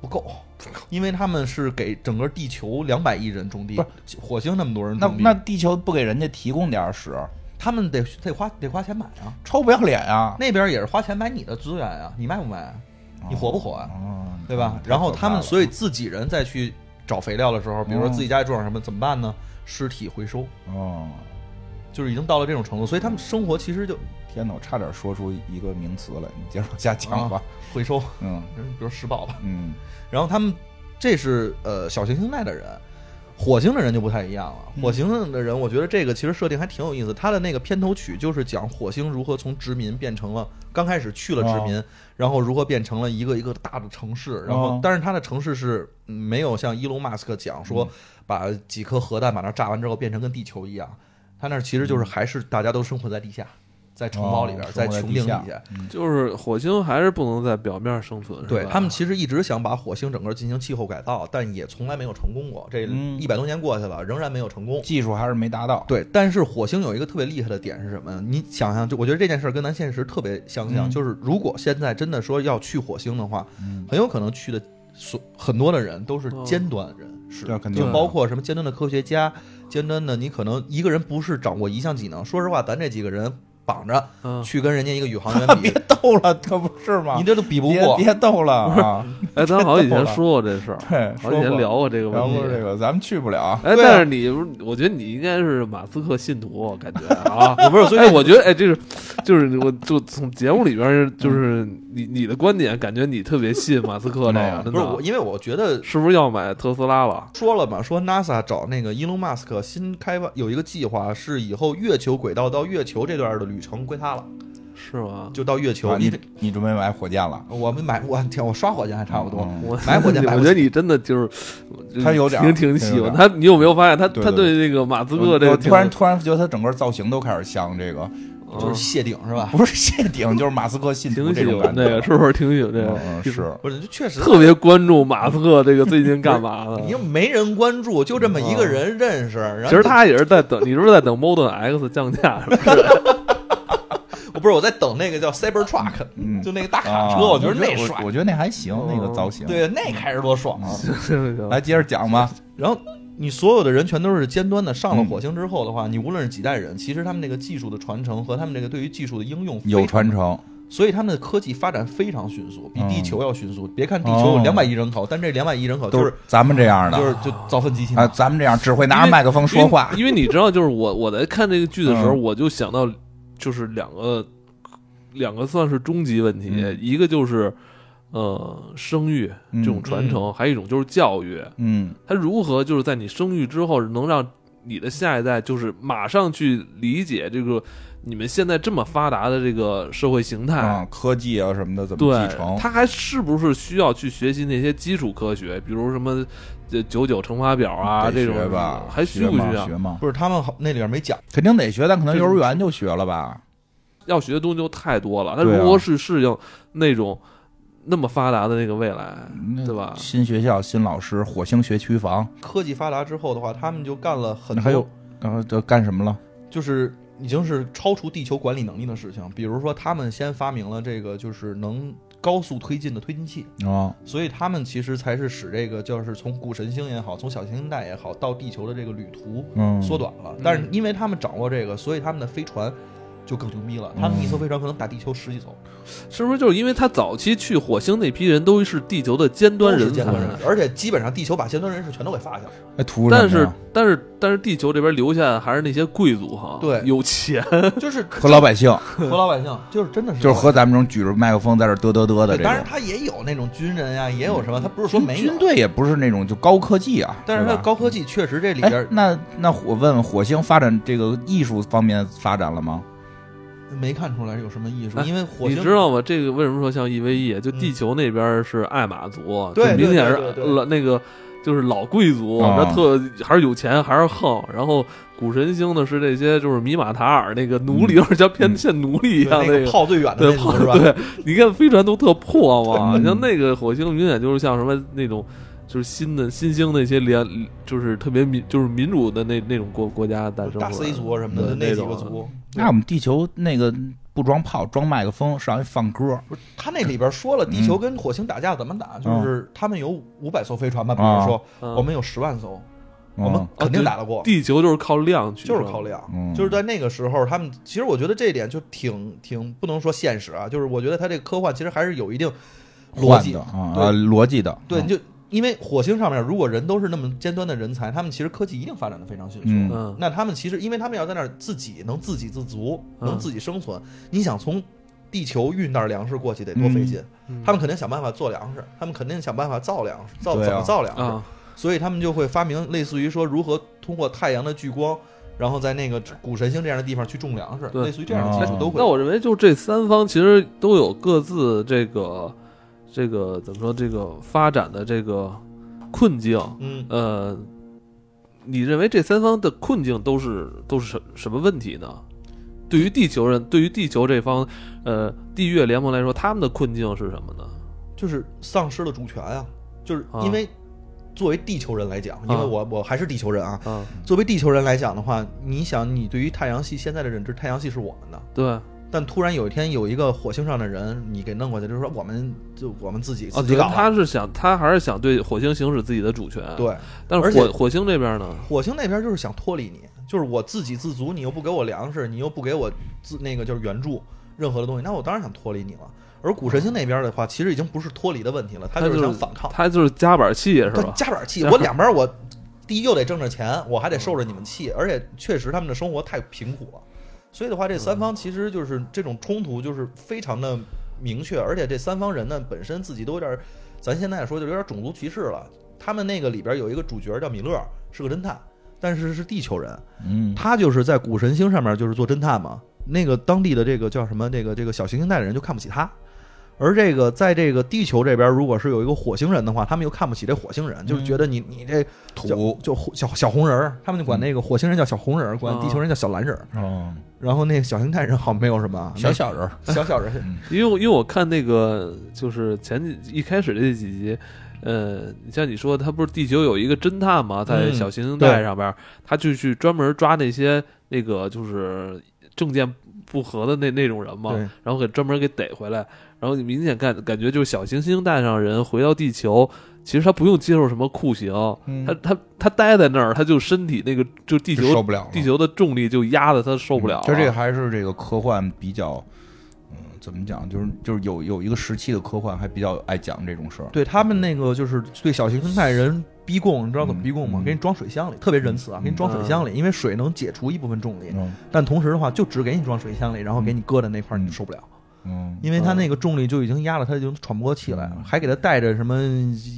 C: 不
B: (laughs)
C: 够，因为他们是给整个地球两百亿人种地
B: 不，
C: 火星那么多人
B: 那
C: 种地，
B: 那地球不给人家提供点儿屎，
C: 他们得得花得花钱买啊，
B: 臭不要脸啊！
C: 那边也是花钱买你的资源啊，你卖不卖啊？你火不火啊？
B: 哦，
C: 对吧？然后他们所以自己人再去找肥料的时候，比如说
B: 嗯
C: 自己家里种点什么，怎么办呢？尸体回收，
B: 哦，
C: 就是已经到了这种程度，所以他们生活其实就
B: 天哪，我差点说出一个名词来，你接着往下讲吧。
C: 回收， (laughs)
B: 嗯
C: 比如食宝吧。
B: 嗯
C: 然后他们这是呃小行星带的人，火星的人就不太一样
B: 嗯
C: 了。火星的人，我觉得这个其实设定还挺有意思。他的那个片头曲就是讲火星如何从殖民变成了刚开始去了殖民，然后如何变成了一个一个大的城市。然后
B: 哦，
C: 但是他的城市是嗯没有像伊隆马斯克讲
B: 嗯
C: 说把几颗核弹把那炸完之后变成跟地球一样，他那其实就是还是大家都生活在地下。在城堡里
B: 嗯
C: 边，
B: 哦
C: 在
B: 生活在
C: 穹
B: 地
C: 顶底
B: 下
C: 下，
A: 就是火星还是不能在表面生存，是
C: 嗯对
A: 吧
C: 他们其实一直想把火星整个进行气候改造，但也从来没有成功过。这
B: 嗯
C: 一百多年过去了，仍然没有成功。
B: 技术还是没达到。
C: 对，但是火星有一个特别厉害的点是什么呢？你想想，就我觉得这件事儿跟咱现实特别相像，
B: 嗯
C: 就是如果现在真的说要去火星的话，很有可能去的所很多的人都是
A: 哦
C: 尖端人士，
B: 对肯定
C: 就
B: 的
C: 包括什么尖端的科学家、尖端的你可能一个人不是掌握一项技能。说实话，咱这几个人绑着
A: 嗯，
C: 去跟人家一个宇航员 (laughs)
B: 别
C: 比，
B: 逗了，可不是吗？
C: 你这都比不
B: 别
C: 过。
B: 别逗了啊！
C: (laughs)
A: 哎，咱好像以前说过这事儿，
B: 对，
A: 好像以前聊过这个
B: 聊
A: 问
B: 过这
A: 题。
B: 个，咱们去不了。
A: 哎，
C: 对啊
A: 但是你，我觉得你应该是马斯克信徒，我感觉啊，
C: (laughs) 我不是，所以
A: 哎，我觉得哎，这是就是我就从节目里边儿就是你你的观点，感觉你特别信马斯克这个，
B: 嗯
A: 真
C: 不是我，
A: 的
C: 因为我觉得
A: 是不是要买特斯拉了？
C: 说了嘛，说 NASA 找那个 Elon Musk 新开发有一个计划，是以后月球轨道到月球这段的旅程归他了，
A: 是吗？
C: 就到月球。
B: 啊
C: 因
B: 你
C: 为
B: 你准备买火箭了？
C: 我们买我天，我刷火箭还差不多。
B: 嗯
A: 我
C: 买火箭买
A: 我
C: 火
A: 觉
C: 箭
A: 得你真的就是，
B: 他有点儿
A: 挺挺喜欢
B: 他有点
A: 他。你有没有发现他
B: 对
A: 他
B: 对
A: 对这个马斯克
B: 我
A: 这个
B: 我
A: 挺
B: 突然突然觉得他整个造型都开始像这个，
C: 就是谢顶是吧？
B: 不是 (laughs) 谢顶，就是马斯克信徒
A: 挺
B: 这
A: 喜
B: 种
A: 欢
B: 感觉。
A: 这个，是不是挺喜欢这
B: 嗯
A: 个？
B: 嗯
A: 挺
B: 是，
C: 不是，就确实
A: 特别关注马斯克这个最近干嘛呢？
C: 你又没人关注，就这么一个人认识。然后
A: 其实他也是在等，你是不是在等 Model X 降价？是吧
C: 我不是我在等那个叫 Cybertruck，
B: 嗯
C: 就那个大卡
B: 啊
C: 车，我觉得那帅哦
B: 我，我觉得那还行，
A: 嗯
B: 那个造型。
C: 对，那开着多爽
B: 嗯，
C: 啊！
A: (laughs) 行行
B: 来接着讲吧。
C: 然后你所有的人全都是尖端的，上了火星之后的话，你无论是几代人，其实他们这个技术的传承和他们这个对于技术的应用
B: 有
C: 非常
B: 传承，
C: 所以他们的科技发展非常迅速，比
B: 嗯
C: 地球要迅速。别看地球有
B: 哦
C: 两百亿人口，但这两百亿人口
B: 都
C: 就是
B: 咱们这样的，
C: 就是就造粪机器嘛
B: 啊，咱们这样只会拿着麦克风说话
A: 因为。因为你知道，就是我我在看这个剧的时候，
B: 嗯
A: 我就想到，就是两个两个算是终极问题，
B: 嗯
A: 一个就是呃生育
B: 嗯
A: 这种传承，还有一种就是教育，
B: 嗯，
A: 它如何就是在你生育之后能让你的下一代就是马上去理解这个你们现在这么发达的这个社会形态。
B: 啊，科技啊什么的怎么
A: 哎对
B: 继承，？
A: 他还是不是需要去学习那些基础科学，比如什么呃九九乘法表啊
B: 嗯得
A: 这种
B: 学吧，
A: 还需不
B: 学吗
A: 需要啊
B: 学？吗？
C: 不是他们好那里边没讲，
B: 肯定得学，但可能
A: 这
B: 幼儿园就学了吧。
A: 要学的东西就太多了。他
B: 对啊
A: 如何去适应那种那么发达的那个未来，
B: 嗯
A: 对吧？
B: 新学校、新老师、火星学区房，
C: 科技发达之后的话，他们就干了很
B: 还有
C: 多，
B: 然后这干什么了？
C: 就是已经是超出地球管理能力的事情。比如说，他们先发明了这个就是能高速推进的推进器，
B: 哦，
C: 所以他们其实才是使这个就是从古神星也好，从小行星带也好，到地球的这个旅途
B: 嗯，
C: 缩短了。但是因为他们掌握这个，所以他们的飞船就更牛逼了。他们一艘飞船可能打地球十几艘，
A: 是不是就是因为他早期去火星那批人都是地球的尖端
C: 都
A: 人
C: 是尖
A: 才？
C: 端人，而且基本上地球把尖端人士全都给发下了。
B: 哎，图什么
A: 但
B: 呀
A: 是但是但是地球这边留下还是那些贵族哈，
C: 对
A: 有钱，
C: 就是
B: 和老百姓，
C: 和老百姓，就是真的是
B: 就是和咱们这种举着麦克风在这儿嘚嘚嘚的
C: 对，
B: 这
C: 当然
B: 种。
C: 他也有那种军人呀、也有什么，他不是说没有
B: 军，队也不是那种就高科技啊，
C: 但是
B: 对
C: 他
B: 吧
C: 高科技确实这里
B: 哎
C: 边，
B: 那那我问问，火星发展这个艺术方面发展了吗？
C: 没看出来有什么艺术，
A: 哎
C: 因为火
A: 你
C: 星
A: 知道吗？这个为什么说像 E EVE？就啊
C: 嗯
A: 地球那边是爱玛族，
C: 对
A: 就明显是
C: 对对对对
A: 老那个就是老贵族，
B: 啊
A: 那特还是有钱，还是横。然后古神星呢是这些就是米马塔尔那个奴隶，
B: 嗯
A: 有点像偏
B: 嗯
A: 像奴隶一样那
C: 对那个
A: 个。
C: 炮最远的
A: 对
C: (laughs) 那
A: 炮
C: 种是吧？嗯
A: 对，你看飞船都特破嘛，
B: 对
A: 像那个火星明显就是像什么那种，就是新的新兴那些联，就是特别民就是民主的那那种国国家诞生出来
C: 大
A: 的
C: C 族什么的，就
A: 对
C: 那
A: 那
C: 几个
A: 种
C: 族。
B: 那我们地球那个不装炮，装麦克风，上去放歌。
C: 不是他那里边说
B: 嗯
C: 了，地球跟火星打架怎么打？就是他们有五百艘飞船吧，比如说
A: 嗯
C: 我们有十万艘，
B: 嗯
C: 我们肯定打得过，
A: 地球就是靠量去，
C: 就是靠量。
B: 嗯
C: 就是在那个时候，他们其实我觉得这一点就挺挺不能说现实啊，就是我觉得他这个科幻其实还是有一定逻
B: 换
C: 辑
B: 的啊，
C: 对
B: 啊逻辑的，
C: 对，
B: 嗯
C: 你就因为火星上面如果人都是那么尖端的人才，他们其实科技一定发展的非常迅速。
B: 嗯
A: 嗯，
C: 那他们其实，因为他们要在那儿自己能自给自足，
A: 嗯
C: 能自己生存。你想从地球运点粮食过去得多费劲，
A: 嗯
C: 他们肯定想办法做粮食，他们肯定想办法造粮食，造、
B: 对啊
C: 怎么造粮食，
A: 啊，
C: 所以他们就会发明类似于说如何通过太阳的聚光，然后在那个古神星这样的地方去种粮食，
A: 对
C: 类似于这样的技术
B: 哦
C: 都会。
A: 那我认为，就这三方其实都有各自这个这个怎么说这个发展的这个困境。
C: 嗯，
A: 呃，你认为这三方的困境都是都是什什么问题呢？对于地球人，对于地球这方，呃，地月联盟来说，他们的困境是什么呢？
C: 就是丧失了主权啊，就是
A: 啊
C: 因为作为地球人来讲，因为
A: 啊
C: 我我还是地球人啊，
A: 啊，
C: 作为地球人来讲的话，你想，你对于太阳系现在的认知，太阳系是我们的，
A: 对，啊
C: 但突然有一天有一个火星上的人，你给弄过去，就是说我们就我们自己
A: 哦，
C: 自己
A: 对，
C: 搞啊吧。
A: 他是想，他还是想对火星行使自己的主权。，
C: 对，
A: 但
C: 而
A: 是
C: 且
A: 火火星这边呢？
C: 火星那边就是想脱离你，就是我自给自足，你又不给我粮食，你又不给我自那个就是援助任何的东西，那我当然想脱离你了。而古神星那边的话，其实已经不是脱离的问题了，他
A: 就
C: 就是
A: 是
C: 想反抗，
A: 他就是夹板气是
C: 他
A: 吧？
C: 加点气，我两边我第一又得挣着钱，我还得受着你们气，而且确实他们的生活太贫苦了，所以的话，这三方其实就是这种冲突就是非常的明确，而且这三方人呢本身自己都有点儿，咱现在说就有点种族歧视了。他们那个里边有一个主角叫米勒，是个侦探，但是是地球人，
B: 嗯
C: 他就是在古神星上面就是做侦探嘛。那个当地的这个叫什么？这个这个小行星带的人就看不起他。而这个在这个地球这边，如果是有一个火星人的话，他们又看不起这火星
B: 嗯
C: 人，就是觉得你你这
B: 土
C: 就就小小红人儿，他们就管
B: 嗯
C: 那个火星人叫小红人儿，管地球人叫小蓝人儿。
B: 哦，
C: 然后那个小行星带人好像没有什么嗯啊
B: 小小人儿，
C: 小小人，
A: 因为我因为我看那个就是前几一开始这几集，呃，你像你说他不是地球有一个侦探嘛，在
C: 嗯
A: 小行星带上边儿，他就去专门抓那些那个就是证件不合的那那种人嘛，
C: 对
A: 然后给专门给逮回来，然后你明显感感觉就是小行星带上人回到地球，其实他不用接受什么酷刑，
B: 嗯
A: 他他他待在那儿，他就身体那个就地
B: 就受
A: 球
B: 不了了，
A: 地球的重力就压的他受不了了，
B: 就这个还是这个科幻比较，嗯，怎么讲？就是就是有有一个时期的科幻还比较爱讲这种事儿。
C: 对他们那个就是对小行星带人逼供，你知道怎么逼供吗
B: 嗯？嗯
C: 给你装水箱里，特别仁慈啊，给你装水箱里，因为水能解除一部分重力。
B: 嗯
C: 但同时的话，就只给你装水箱里，然后给你搁在那块儿，
B: 嗯
C: 你就受不了，
B: 嗯，
C: 因为他那个重力就已经压了，他已经喘不过气来了，还给他戴着什么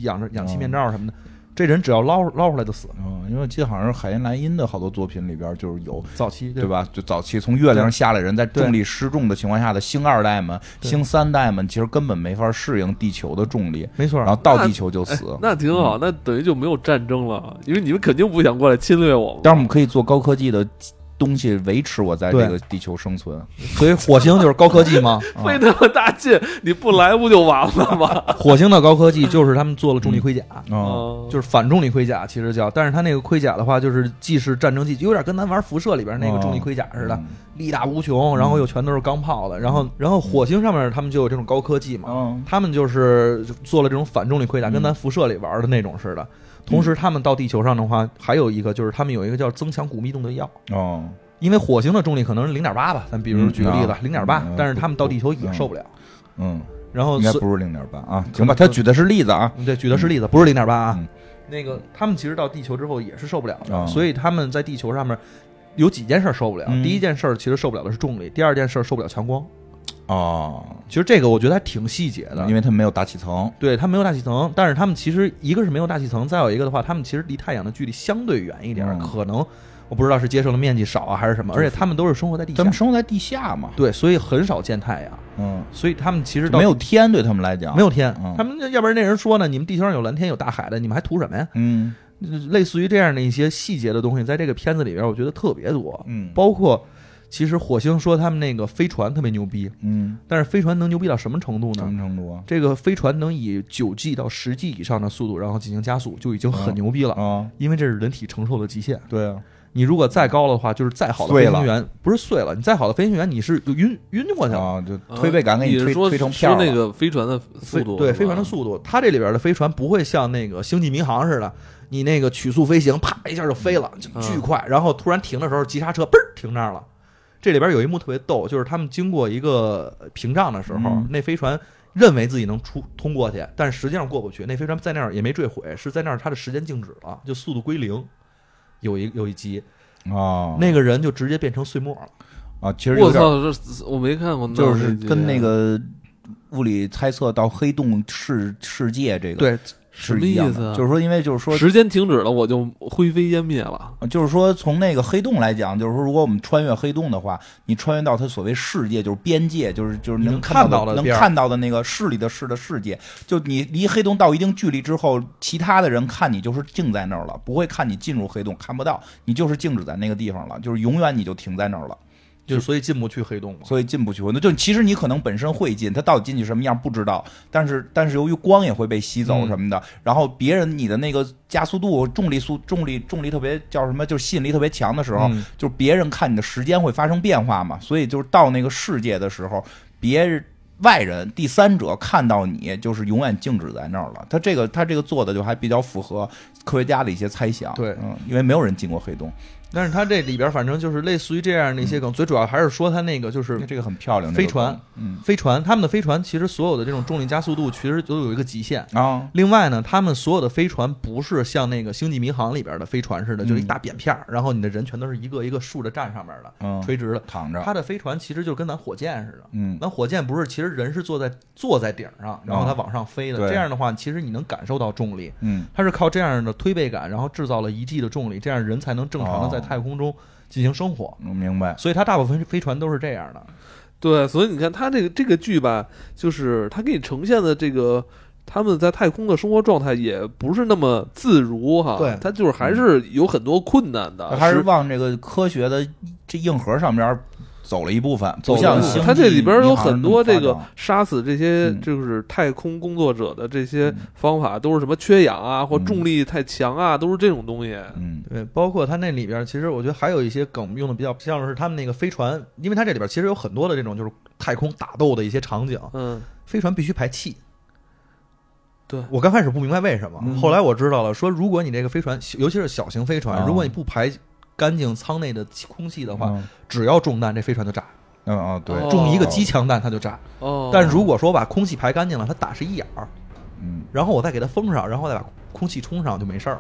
C: 氧着氧气面罩什么的，这人只要捞捞出来就死。
B: 嗯，因为我记得好像是海因莱因的好多作品里边就是有。
C: 早期
B: 对？吧？就早期从月亮上下来人，在重力失重的情况下的星二代们、
C: 对
B: 星三代们，其实根本没法适应地球的重力，
C: 没错
B: 然。后到地球就死。
A: 那哎挺
B: 嗯
A: 好，那等于就没有战争了，因为你们肯定不想过来侵略我们。
B: 但是我们可以做高科技的东西维持我在这个地球生存。
C: 所以火星就是高科技 (laughs) 吗？
B: 啊
A: 费那么大劲，你不来不就完了吗？
C: 火星的高科技就是他们做了重力盔甲，
B: 哦，
A: 是
C: 就是反重力盔甲，其实叫，但是它那个盔甲的话，就是既是战争技，有点跟咱玩辐射里边那个重力盔甲似的，
B: 嗯
C: 力大无穷，然后又全都是钢炮的，然后然后火星上面他们就有这种高科技嘛，
B: 嗯
C: 他们就是做了这种反重力盔甲，
B: 嗯
C: 跟咱辐射里玩的那种似的。同时，他们到地球上的话，还有一个就是他们有一个叫增强骨密度的药，
B: 哦，
C: 因为火星的重力可能是零点八吧，咱比如
B: 嗯
C: 举个例子
B: 啊，
C: 零点八
B: 嗯，
C: 但是他们到地球也受不了。
B: 嗯，
C: 然后
B: 应该
C: 哦所，
B: 不是零点八啊，行吧，他举的是例子啊，
C: 对，举的是例子，不是零点八啊
B: 嗯。
C: 那个他们其实到地球之后也是受不了
B: 啊
C: 的，所以他们在地球上面有几件事儿受不了
B: 嗯。
C: 第一件事儿其实受不了的是重力，第二件事儿受不了强光。
B: 哦，
C: 其实这个我觉得还挺细节的，
B: 因为他没有大气层，
C: 对，它没有大气层，但是它们其实一个是没有大气层，再有一个的话，它们其实离太阳的距离相对远一点，
B: 嗯
C: 可能我不知道是接受的面积少啊还是什么，而且它们都是生活在地
B: 他
C: 下
B: 们，生活在地下嘛，
C: 对，所以很少见太阳，
B: 嗯，
C: 所以它们其实到
B: 没有天对他们来讲
C: 没有天
B: 嗯，
C: 他们要不然那人说呢，你们地球上有蓝天有大海的，你们还图什么呀？
B: 嗯
C: 类似于这样的一些细节的东西，在这个片子里边，我觉得特别多，
B: 嗯
C: 包括其实火星说他们那个飞船特别牛逼，
B: 嗯，
C: 但是飞船能牛逼到什么程度
B: 什
C: 呢？
B: 么程度啊？
C: 这个飞船能以九 G 到十 G 以上的速度，然后进行加速，就已经很牛逼了。
B: 啊，
C: 因为这是人体承受的极限，
B: 对啊，
C: 嗯你如果再高的话，就是再好的
B: 碎
C: 飞
B: 了
C: 行员不是碎了，你再好的飞行员你是就晕晕过去了。
B: 啊，就推背感给
A: 呃你
B: 推
A: 是说
B: 推成
A: 说
B: 片儿
A: 那
B: 了，
A: 个飞船的速
C: 飞
A: 度，
C: 对
A: 是吧
C: 飞船的速度，它这里边的飞船不会像那个《星际迷航》似的，你那个曲速飞行，啪一下就飞了，就
A: 嗯
C: 巨快，然后突然停的时候急刹车，嘣儿停那儿了。这里边有一幕特别逗，就是他们经过一个屏障的时候，
B: 嗯
C: 那飞船认为自己能出通过去，但是实际上过不去。那飞船在那儿也没坠毁，是在那儿它的时间静止了，就速度归零。有一有一集，
A: 哦
B: 啊，
C: 那个人就直接变成碎末了。
B: 啊，其实有
A: 我
B: 点
A: 操，这我没看过那
B: 就
A: 么细
B: 是
A: 节，
B: 跟那个物理猜测到黑洞世世界这个
C: 对，
A: 什
B: 是
A: 么
B: 一
A: 意
B: 样
A: 思
B: 的，
A: 啊？
B: 就是说，因为就是说。
A: 时间停止了，我就灰飞烟灭了。
B: 就是说，从那个黑洞来讲，就是说，如果我们穿越黑洞的话，你穿越到它所谓世界，就是边界，就是就是
C: 你
B: 能
C: 能
B: 看到
C: 看到的
B: 能
C: 边儿
B: 看到的那个视里的视的世界，就你离黑洞到一定距离之后，其他的人看你就是静在那儿了，不会看你进入黑洞，看不到，你就是静止在那个地方了，就是永远你就停在那儿了。
C: 就所以进不去黑洞嘛。
B: 所以进不去。那就其实你可能本身会进，它到底进去什么样不知道，但是但是由于光也会被吸走
C: 嗯
B: 什么的，然后别人你的那个加速度、重力速、重力重力特别叫什么，就是吸引力特别强的时候，
C: 嗯
B: 就是别人看你的时间会发生变化嘛，所以就是到那个世界的时候，别人。外人、第三者看到你，就是永远静止在那儿了。他这个，他这个做的就还比较符合科学家的一些猜想。
C: 对
B: 嗯，因为没有人进过黑洞，
C: 但是它这里边反正就是类似于这样的一些梗，最主要还是说它那个就是
B: 这个很漂亮。
C: 飞
B: 这个梗
C: 船，
B: 嗯
C: 飞船，他们的飞船其实所有的这种重力加速度其实都有一个极限。
B: 啊，
C: 另外呢，他们所有的飞船不是像那个《星际迷航》里边的飞船似的，
B: 嗯
C: 就是一大扁片儿，然后你的人全都是一个一个竖着站上面的，
B: 嗯，
C: 垂直的。
B: 躺着，
C: 它的飞船其实就跟咱火箭似的，
B: 嗯，
C: 咱火箭不是其实人是坐在坐在顶上，然后它往上飞的。
B: 对
C: 这样的话，其实你能感受到重力。
B: 嗯
C: 它是靠这样的推背感，然后制造了一 G 的重力，这样人才能正常的在
B: 哦
C: 太空中进行生活。，
B: 我明白。
C: 所以它大部分飞船都是这样的。
A: 对，所以你看他这个这个剧吧，就是他给你呈现的这个他们在太空的生活状态也不是那么自如哈，
C: 对
A: 他就是还是有很多困难的，
B: 嗯还是
A: 是
B: 往这个科学的这硬核上边儿走了一部分，
C: 走
B: 不
C: 了
B: 像
C: 一部分
B: 星际
A: 他这里边有很多这
B: 银
A: 个
B: 行
A: 杀死这些
B: 嗯
A: 就是太空工作者的这些
B: 嗯
A: 方法，都是什么缺氧啊，或
B: 嗯
A: 重力太强啊，都是这种东西。
B: 那么夸张，嗯
C: 对，包括它那里边儿，其实我觉得还有一些梗用的比较像是他们那个飞船，因为它这里边儿其实有很多的这种就是太空打斗的一些场景，
A: 嗯，
C: 飞船必须排气。
A: 对
C: 我刚开始不明白为什么，
B: 嗯
C: 后来我知道了，说如果你这个飞船，尤其是小型飞船，
B: 啊
C: 如果你不排干净舱内的气空气的话，
B: 嗯
C: 只要中弹，这飞船就炸，
B: 嗯哦对，
A: 哦
C: 中一个机枪弹它就炸。
A: 哦，
C: 但如果说我把空气排干净了，它打是一眼儿，
B: 嗯，
C: 然后我再给它封上，然后再把空气冲上就没事儿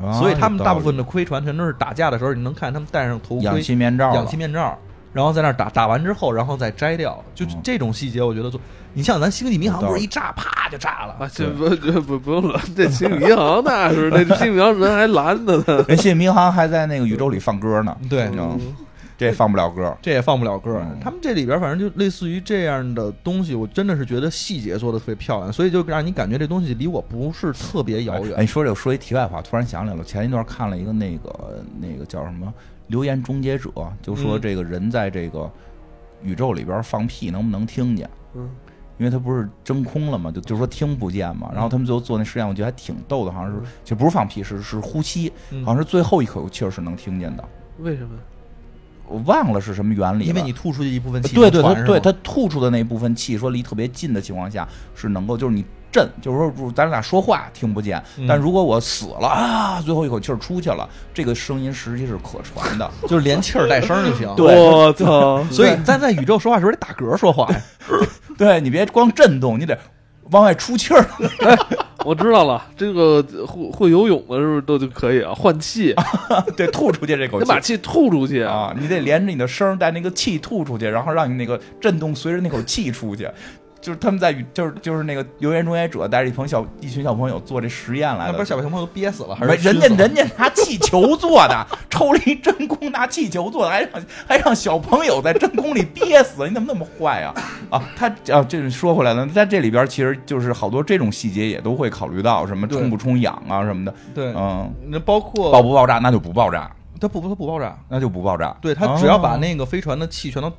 C: 了。
B: 啊
C: 所以他们
B: 有道理
C: 大部分的飞船全都是打架的时候，你能看他们戴上头盔、
B: 氧气面罩啊了，
C: 氧 (laughs) 气面罩，然后在那儿打，打完之后，然后再摘掉，就
B: 嗯
C: 这种细节，我觉得做。你像咱星际迷航，
B: 有道
C: 不
B: 理
C: 是一炸啪就炸了
A: 啊，，这不这不不用了，这清理银行那是那清理银行人还拦着呢。嗯
B: 人信民航还在那个宇宙里放歌呢，
C: 对嗯
B: 你知道吗这放不了歌，
C: 这也放不了歌儿
B: 嗯。
C: 他们这里边反正就类似于这样的东西，我真的是觉得细节做的特别漂亮，所以就让你感觉这东西离我不是特别遥
B: 哎，
C: 远。
B: 你说这我说一题外话，突然想起来了，前一段看了一个那个那个叫什么留言终结者就说
A: 嗯
B: 这个人在这个宇宙里边放屁能不能听见？
A: 嗯
B: 因为他不是真空了嘛，就就说听不见
C: 嗯
B: 嘛。然后他们最后做那实验，我觉得还挺逗的，好像是
A: 嗯
B: 就不是放屁，是是呼吸，
C: 嗯
B: 好像是最后一口气儿是能听见的，
A: 为什么？
B: 我忘了是什么原理了。呃
C: 因为你吐出去一部分气，
B: 哎对对他
C: 能传
B: 对
C: 是
B: 他
C: 吗
B: 吐出的那部分气，说离特别近的情况下是能够，就是你震，就是说如咱俩说话听不见，
C: 嗯
B: 但如果我死了啊，最后一口气儿出去了，这个声音实际是可传的。 (laughs)
C: 就是连气儿带声儿就行。
B: 对
A: 我操！
B: (laughs)
C: 所以咱在宇宙说话时候得打嗝说话呀，
B: 对你别光震动，你得往外出气儿。
A: (laughs) 我知道了，这个呃会会游泳的是不是都就可以啊？换气，
B: 对，吐出去这口
A: 得
B: 气
A: 把气吐出去！
B: 啊，你得连着你的声儿带那个气吐出去，然后让你那个震动随着那口气出去。就是他们在宇，就是就是那个留言终结者带着一朋小一群小朋友做这实验来
C: 那
B: 的，
C: 不是小朋友都憋死了，还
B: 哎没
C: 是
B: 人家
C: 熏死了
B: 人家拿气球做的， (laughs) 抽了一真空，拿气球做的，还让还让小朋友在真空里憋死，你怎么那么坏呀、啊？他啊，这说回来了，在这里边其实就是好多这种细节也都会考虑到，什么
C: 对
B: 充不充氧啊什么的，
C: 对，
B: 嗯，
C: 那包括
B: 爆不爆炸那就不爆炸，
C: 他不他不爆炸，
B: 那就不爆炸。
C: 对他只要把
B: 哦
C: 那个飞船的气全都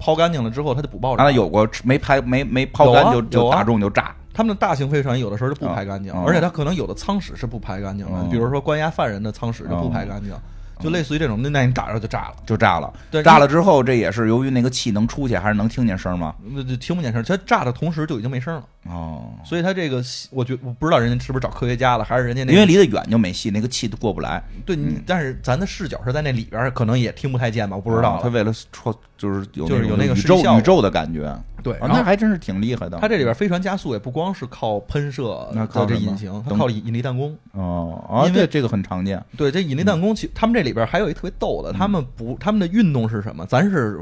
C: 抛干净了之后，他就不爆炸。
B: 啊，那有过没拍没没抛
C: 有
B: 干
C: 啊
B: 就
C: 有
B: 就
C: 啊
B: 打中就炸，
C: 他们的大型飞船有的时候就不排干净，
B: 嗯嗯
C: 而且它可能有的舱室是不排干净的，
B: 嗯
C: 比如说关押犯人的舱室就不排
B: 哦
C: 干净，就类似于这种，那那你打着就炸了，
B: 就炸了。
C: 对
B: 炸了之后，这也是由于那个气能出去，还是能听见声吗？
C: 那就听不见声儿。它炸的同时就已经没声了，
B: 哦，
C: 所以它这个我觉我不知道人家是不是找科学家了，还是人家那
B: 因
C: 个
B: 为嗯离得远就没戏，那个气都过不来。
C: 对你，但是咱的视角是在那里边儿，可能也听不太见吧，我不知
B: 啊
C: 道
B: 他
C: 了。
B: 为了创，就是有
C: 就是有那个
B: 宇
C: 视
B: 宙
C: 效
B: 宇宙的感觉，啊，
C: 对，然
B: 那
C: 后
B: 还真是挺厉害的。
C: 它这里边飞船加速也不光是靠喷射
B: 那
C: 的
B: 靠
C: 这
B: 什么
C: 引擎，它
B: 等
C: 靠引力弹弓。
B: 哦啊，
C: 因为
B: 对这个很常见，
C: 对，这引力弹弓，
B: 嗯
C: 其他们这里边还有一特别逗的，他们不，他们的运动是什么？咱是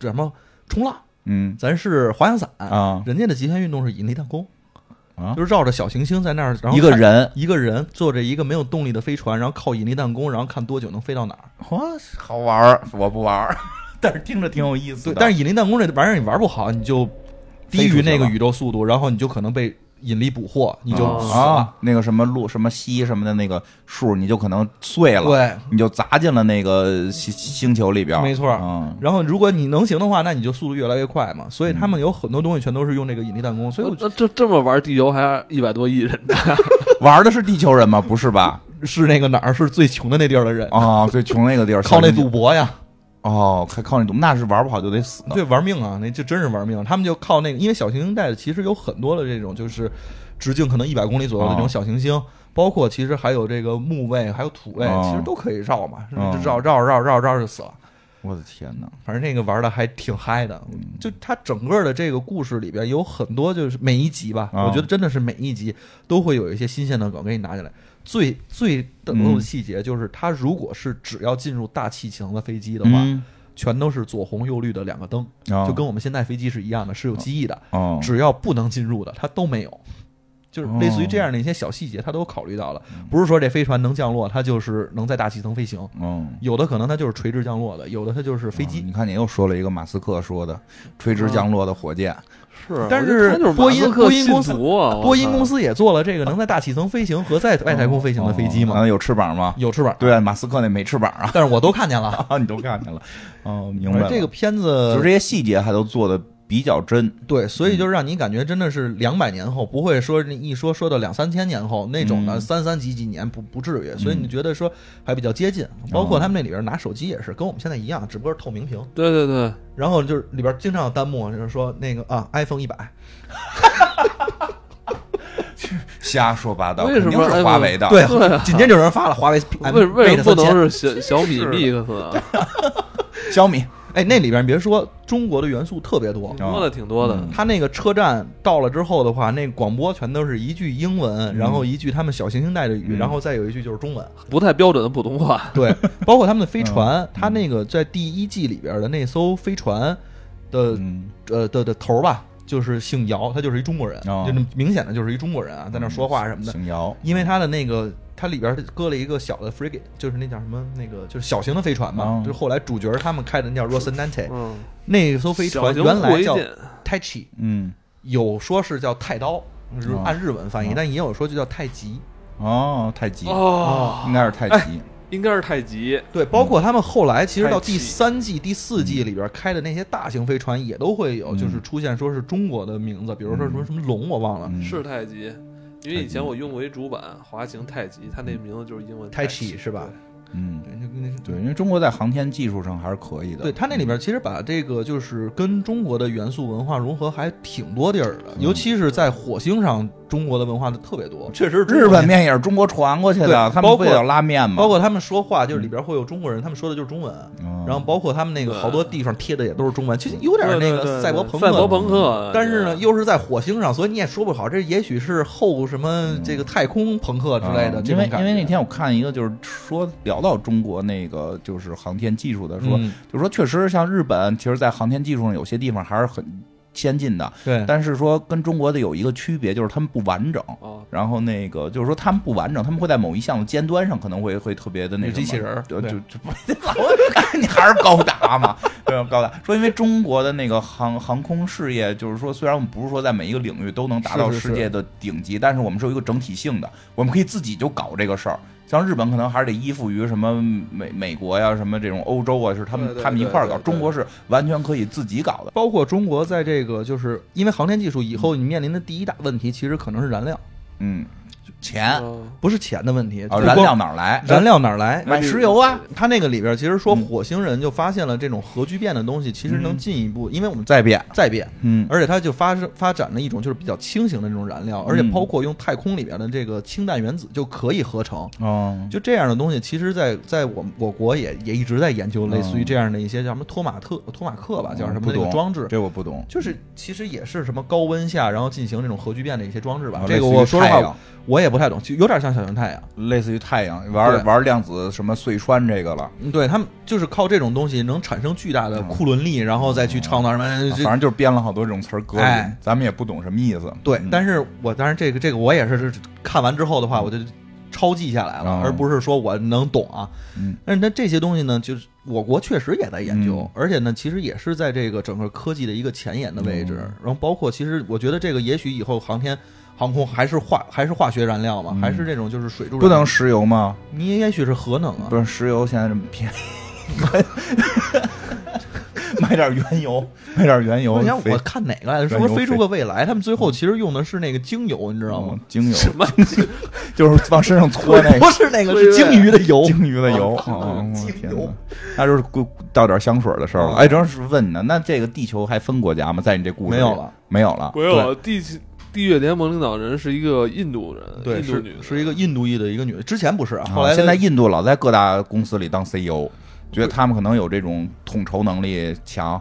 C: 什么冲浪，
B: 嗯
C: 咱是滑翔伞
B: 啊
C: 人家的极限运动是引力弹弓，
B: 啊，
C: 就是绕着小行星在那儿，然后
B: 一个
C: 看
B: 人
C: 一个人坐着一个没有动力的飞船，然后靠引力弹弓，然后看多久能飞到哪儿。
B: 哇，好玩儿，我不玩
C: (laughs)
B: 儿，但是听着挺有意思
C: 对，
B: 的。
C: 但是引力弹弓这玩意儿你玩不好，你就低
B: 飞出
C: 于
B: 去
C: 那个
B: 了
C: 宇宙速度，然后你就可能被引力捕获，你就
A: 哦
C: 死了。
B: 啊，那个什么路什么西什么的那个数，你就可能碎了，
C: 对，
B: 你就砸进了那个星星球里边，
C: 没错
B: 嗯，
C: 然后如果你能行的话，那你就速度越来越快嘛。所以他们有很多东西全都是用这个引力弹弓，所以我觉
A: 那这这么玩地球还一百多亿人呢，
B: 玩的是地球人吗？不是吧？
C: 得是那个哪儿是最穷的那地儿的人，
B: 啊，最穷那个地儿，
C: 靠那
B: 小
C: 赌博呀，
B: 哦，靠靠那赌，那是玩不好就得死的，
C: 对，玩命啊，那这真是玩命。他们就靠那个，因为小行星带其实有很多的这种，就是直径可能一百公里左右的这
B: 哦
C: 种小行星，包括其实还有这个木卫，还有土卫，
B: 哦
C: 其实都可以绕嘛，是
B: 哦
C: 绕绕绕绕绕就死了。
B: 我的天哪！
C: 反正那个玩的还挺嗨的，
B: 嗯
C: 就它整个的这个故事里边有很多，就是每一集吧，
B: 啊
C: 我觉得真的是每一集都会有一些新鲜的梗给你拿进来。最最等
B: 嗯
C: 的细节就是，它如果是只要进入大气层的飞机的话，
B: 嗯，
C: 全都是左红右绿的两个灯，
B: 啊
C: 就跟我们现在飞机是一样的，是有机翼的。
B: 哦，
C: 只要不能进入的，它都没有。就是类似于这样的一些小细节，它都考虑到了。不是说这飞船能降落，它就是能在大气层飞行。
B: 嗯。
C: 有的可能它就是垂直降落的，有的它就是飞
B: 啊
C: 机。
B: 你看，你又说了一个马斯克说的垂直降落的火箭，
C: 嗯
A: 是啊
C: 但
A: 我觉得
C: 是
A: 他就是
C: 波音
A: 马斯克
C: 波音公司
A: 信徒啊，我
C: (laughs) 波音
A: 靠
C: 公司也做了这个能在大气层飞行和在外太空飞行的飞机嘛，
B: 啊有翅膀吗？
C: 有翅膀。
B: 对啊，马斯克那没翅膀啊， (laughs)
C: 但是我都看见 (laughs) 了。
B: 啊，你都看见了，哦，明白
C: 反
B: 了。
C: 正这个片
B: 就
C: 子嗯
B: 这些细节还都做的比较真，
C: 对，所以就让你感觉真的是两百年后，不会说一说说到两三千年后那种的
B: 嗯
C: 三三几几年不不至于，所以你觉得说还比较接近。包括他们那里边拿手机也是跟我们现在一样，只不过是透明屏。
A: 对对对，
C: 然后就是里边经常有弹幕，就是说那个啊，iPhone 一百，
B: 瞎说八道，
A: 为什么
B: 肯定是华为的？
C: 哎 (laughs) 对
A: 对啊，
C: 紧接着有人发了华哎为 P-
A: 为为什
C: Mate
A: 么不
C: 3000
A: 能是
C: (laughs)
A: 小小米 Mix (laughs) 啊？
B: 小米
C: 哎，那里边别说中国的元素特别多，
A: 挺多的挺多的
B: 嗯，
C: 他那个车站到了之后的话，那广播全都是一句英文，然后一句他们小行星带的语，
B: 嗯
C: 然后再有一句就是中文。
A: 不太标准的普通
C: (laughs)
A: 话。
C: 对，包括他们的飞船，他那个在第一季里边的那艘飞船的、
B: 嗯
C: 呃的的头儿吧，就是姓姚，他就是一中国人，
B: 哦
C: 就是明显的就是一中国人啊，在那说话什么的。
B: 姓姚，
C: 因为他的那个，它里边搁了一个小的 frigate，就是那叫什么那个，就是小型的飞船嘛，
B: 哦
C: 就是后来主角他们开的那叫 Rosinante，、
A: 嗯，
C: 那艘飞
A: 小
C: 船
A: 型
C: 原来
A: 火
C: 叫
A: 箭
C: Tachi，
B: 嗯，
C: 有说是叫太刀，就是
B: 哦
C: 按日文翻译，
B: 哦
C: 但也有说就叫太极。
B: 哦，太极，
A: 哦
C: 哎
B: 应，该是太极，
A: 应该是太极，
C: 对，包括他们后来其实到第
A: 太气
C: 三季、第四季里边开的那些大型飞船也都会有，
B: 嗯
C: 就是出现说是中国的名字，比如说什么什么龙，我忘了。
B: 嗯
A: 是太极。因为以前我用过一主板滑行太极，它那名字就是英文
C: 太
A: 极
C: 极是吧？
B: 嗯，
C: 对，那那
B: 对，因为中国在航天技术上还是可以的。
C: 对，它那里边其实把这个就是跟中国的元素文化融合还挺多地儿的，尤其是在火星上，中国的文化的特别多，确实
B: 日本面也是中国传过去
C: 对
B: 的，他们
C: 包
B: 不
C: 括
B: 也有拉面吗？
C: 包括他们说话就是里边会有中国人，他们说的就是中文，
B: 嗯，
C: 然后包括他们那个
A: 对
C: 好多地方贴的也都是中文，其实有点那
A: 对对
C: 个
A: 对
C: 赛博
A: 对
C: 朋
A: 赛博
C: 克。
A: 朋克，
C: 但是呢，
A: 对
C: 又是在火星上，所以你也说不好，这也许是后什么这个太空朋克之类的
B: 啊
C: 这
B: 因为
C: 种感觉。
B: 因为那天我看一个就是说聊到中国那个就是航天技术的，说、
C: 嗯
B: 就是说确实像日本，其实，在航天技术上有些地方还是很先进的，
C: 对，
B: 但是说跟中国的有一个区别，就是他们不完整。
A: 哦，
B: 然后那个就是说他们不完整，他们会在某一项的尖端上可能会会特别的那
C: 有
B: 什么
C: 机器人儿
B: 就
C: 对
B: 就就 (laughs) 老你还是高达嘛， (laughs) 对吧？高达说，因为中国的那个航航空事业，就是说虽然我们不是说在每一个领域都能达到
C: 是是是
B: 世界的顶级，但是我们是有一个整体性的，我们可以自己就搞这个事儿。像日本可能还是得依附于什么美 (laughs) 美国呀、什么这种欧洲啊，是他们
A: 对对
B: 他们一块儿搞，
A: 对对对
B: 中国是完全可以自己搞的。
C: 包括中国在这个，就是因为航天技术以后，你面临的第一大问题其实可能是燃料，
B: 嗯，
C: 哎
B: 钱啊、
A: 嗯
C: 不是钱的问题，就
B: 燃
C: 光
B: 料哪儿来？
C: 啊燃料哪儿来？
B: 买石油啊，
C: 他那个里边其实说
B: 嗯
C: 火星人就发现了这种核聚变的东西，其实能
B: 嗯
C: 进一步，因为我们
B: 再变，
C: 再变，
B: 嗯。
C: 而且它就发生发展了一种就是比较轻型的这种燃料，而且包括用太空里边的这个氢弹原子就可以合成。
B: 哦，
C: 就这样的东西，其实在，在我们我国也也一直在研究类似于这样的一些叫什么托马特、托马克啊吧，叫什么
B: 不
C: 那个
B: 懂
C: 装置，
B: 这我不懂。
C: 嗯就是其实也是什么高温下，然后进行这种核聚变的一些装置吧
B: 啊。
C: 这个
B: 类似于
C: 我说实
B: 太
C: 话
B: 阳，
C: 我也不太懂，就有点像小型太阳。
B: 类似于太阳玩
C: 对
B: 玩量子什么隧穿这个了，啊
C: 嗯对他们就是靠这种东西能产生巨大的库仑力，然后再去创造什么。
B: 反
C: 哎这
B: 正就是编了好多这种词儿搁里
C: 哎，
B: 咱们也不懂什么意思。
C: 对
B: 嗯，
C: 但是我当然这个这个我也是看完之后的话，我就抄记下来了
B: 哦，
C: 而不是说我能懂啊。
B: 嗯
C: 但是那这些东西呢，就是我国确实也在研究
B: 嗯，
C: 而且呢，其实也是在这个整个科技的一个前沿的位置。
B: 哦
C: 然后包括，其实我觉得这个也许以后航天、航空还是化还是化学燃料嘛，
B: 嗯
C: 还是这种就是水柱燃料，
B: 不能石油吗？
C: 你也许是核能啊
B: 不。是石油现在这么便宜， (laughs) 买点原油，买点原油
C: 我想
B: 肥
C: 我看哪个来着？是
B: 燃油
C: 不是飞出
B: 肥
C: 个未来？他们最后其实用的是那个精油，你知道吗？？
B: 精油
A: 什么？
B: 就是往身上搓那
C: (laughs) 不
B: 个
C: 是那个，
A: 对
C: 是
A: 对
C: 鲸鱼的油。啊
B: 鲸鱼的油。哦
C: 精
B: 我天
C: 油
B: 哪那就是故倒点香水的事儿了。
C: 哦
B: 哎，正是问呢，那这个地球还分国家吗？在你这故事里
C: 没有了，
B: 没有了，
A: 没有地地月联盟领导人是一个印度人，
C: 对，
A: 印度
C: 是
A: 女的，
C: 是一个印度裔的一个女的，之前不是啊，
B: 啊
C: 后来
B: 现在
C: 她
B: 印度老在各大公司里当 CEO，觉得他们可能有这种统筹能力强。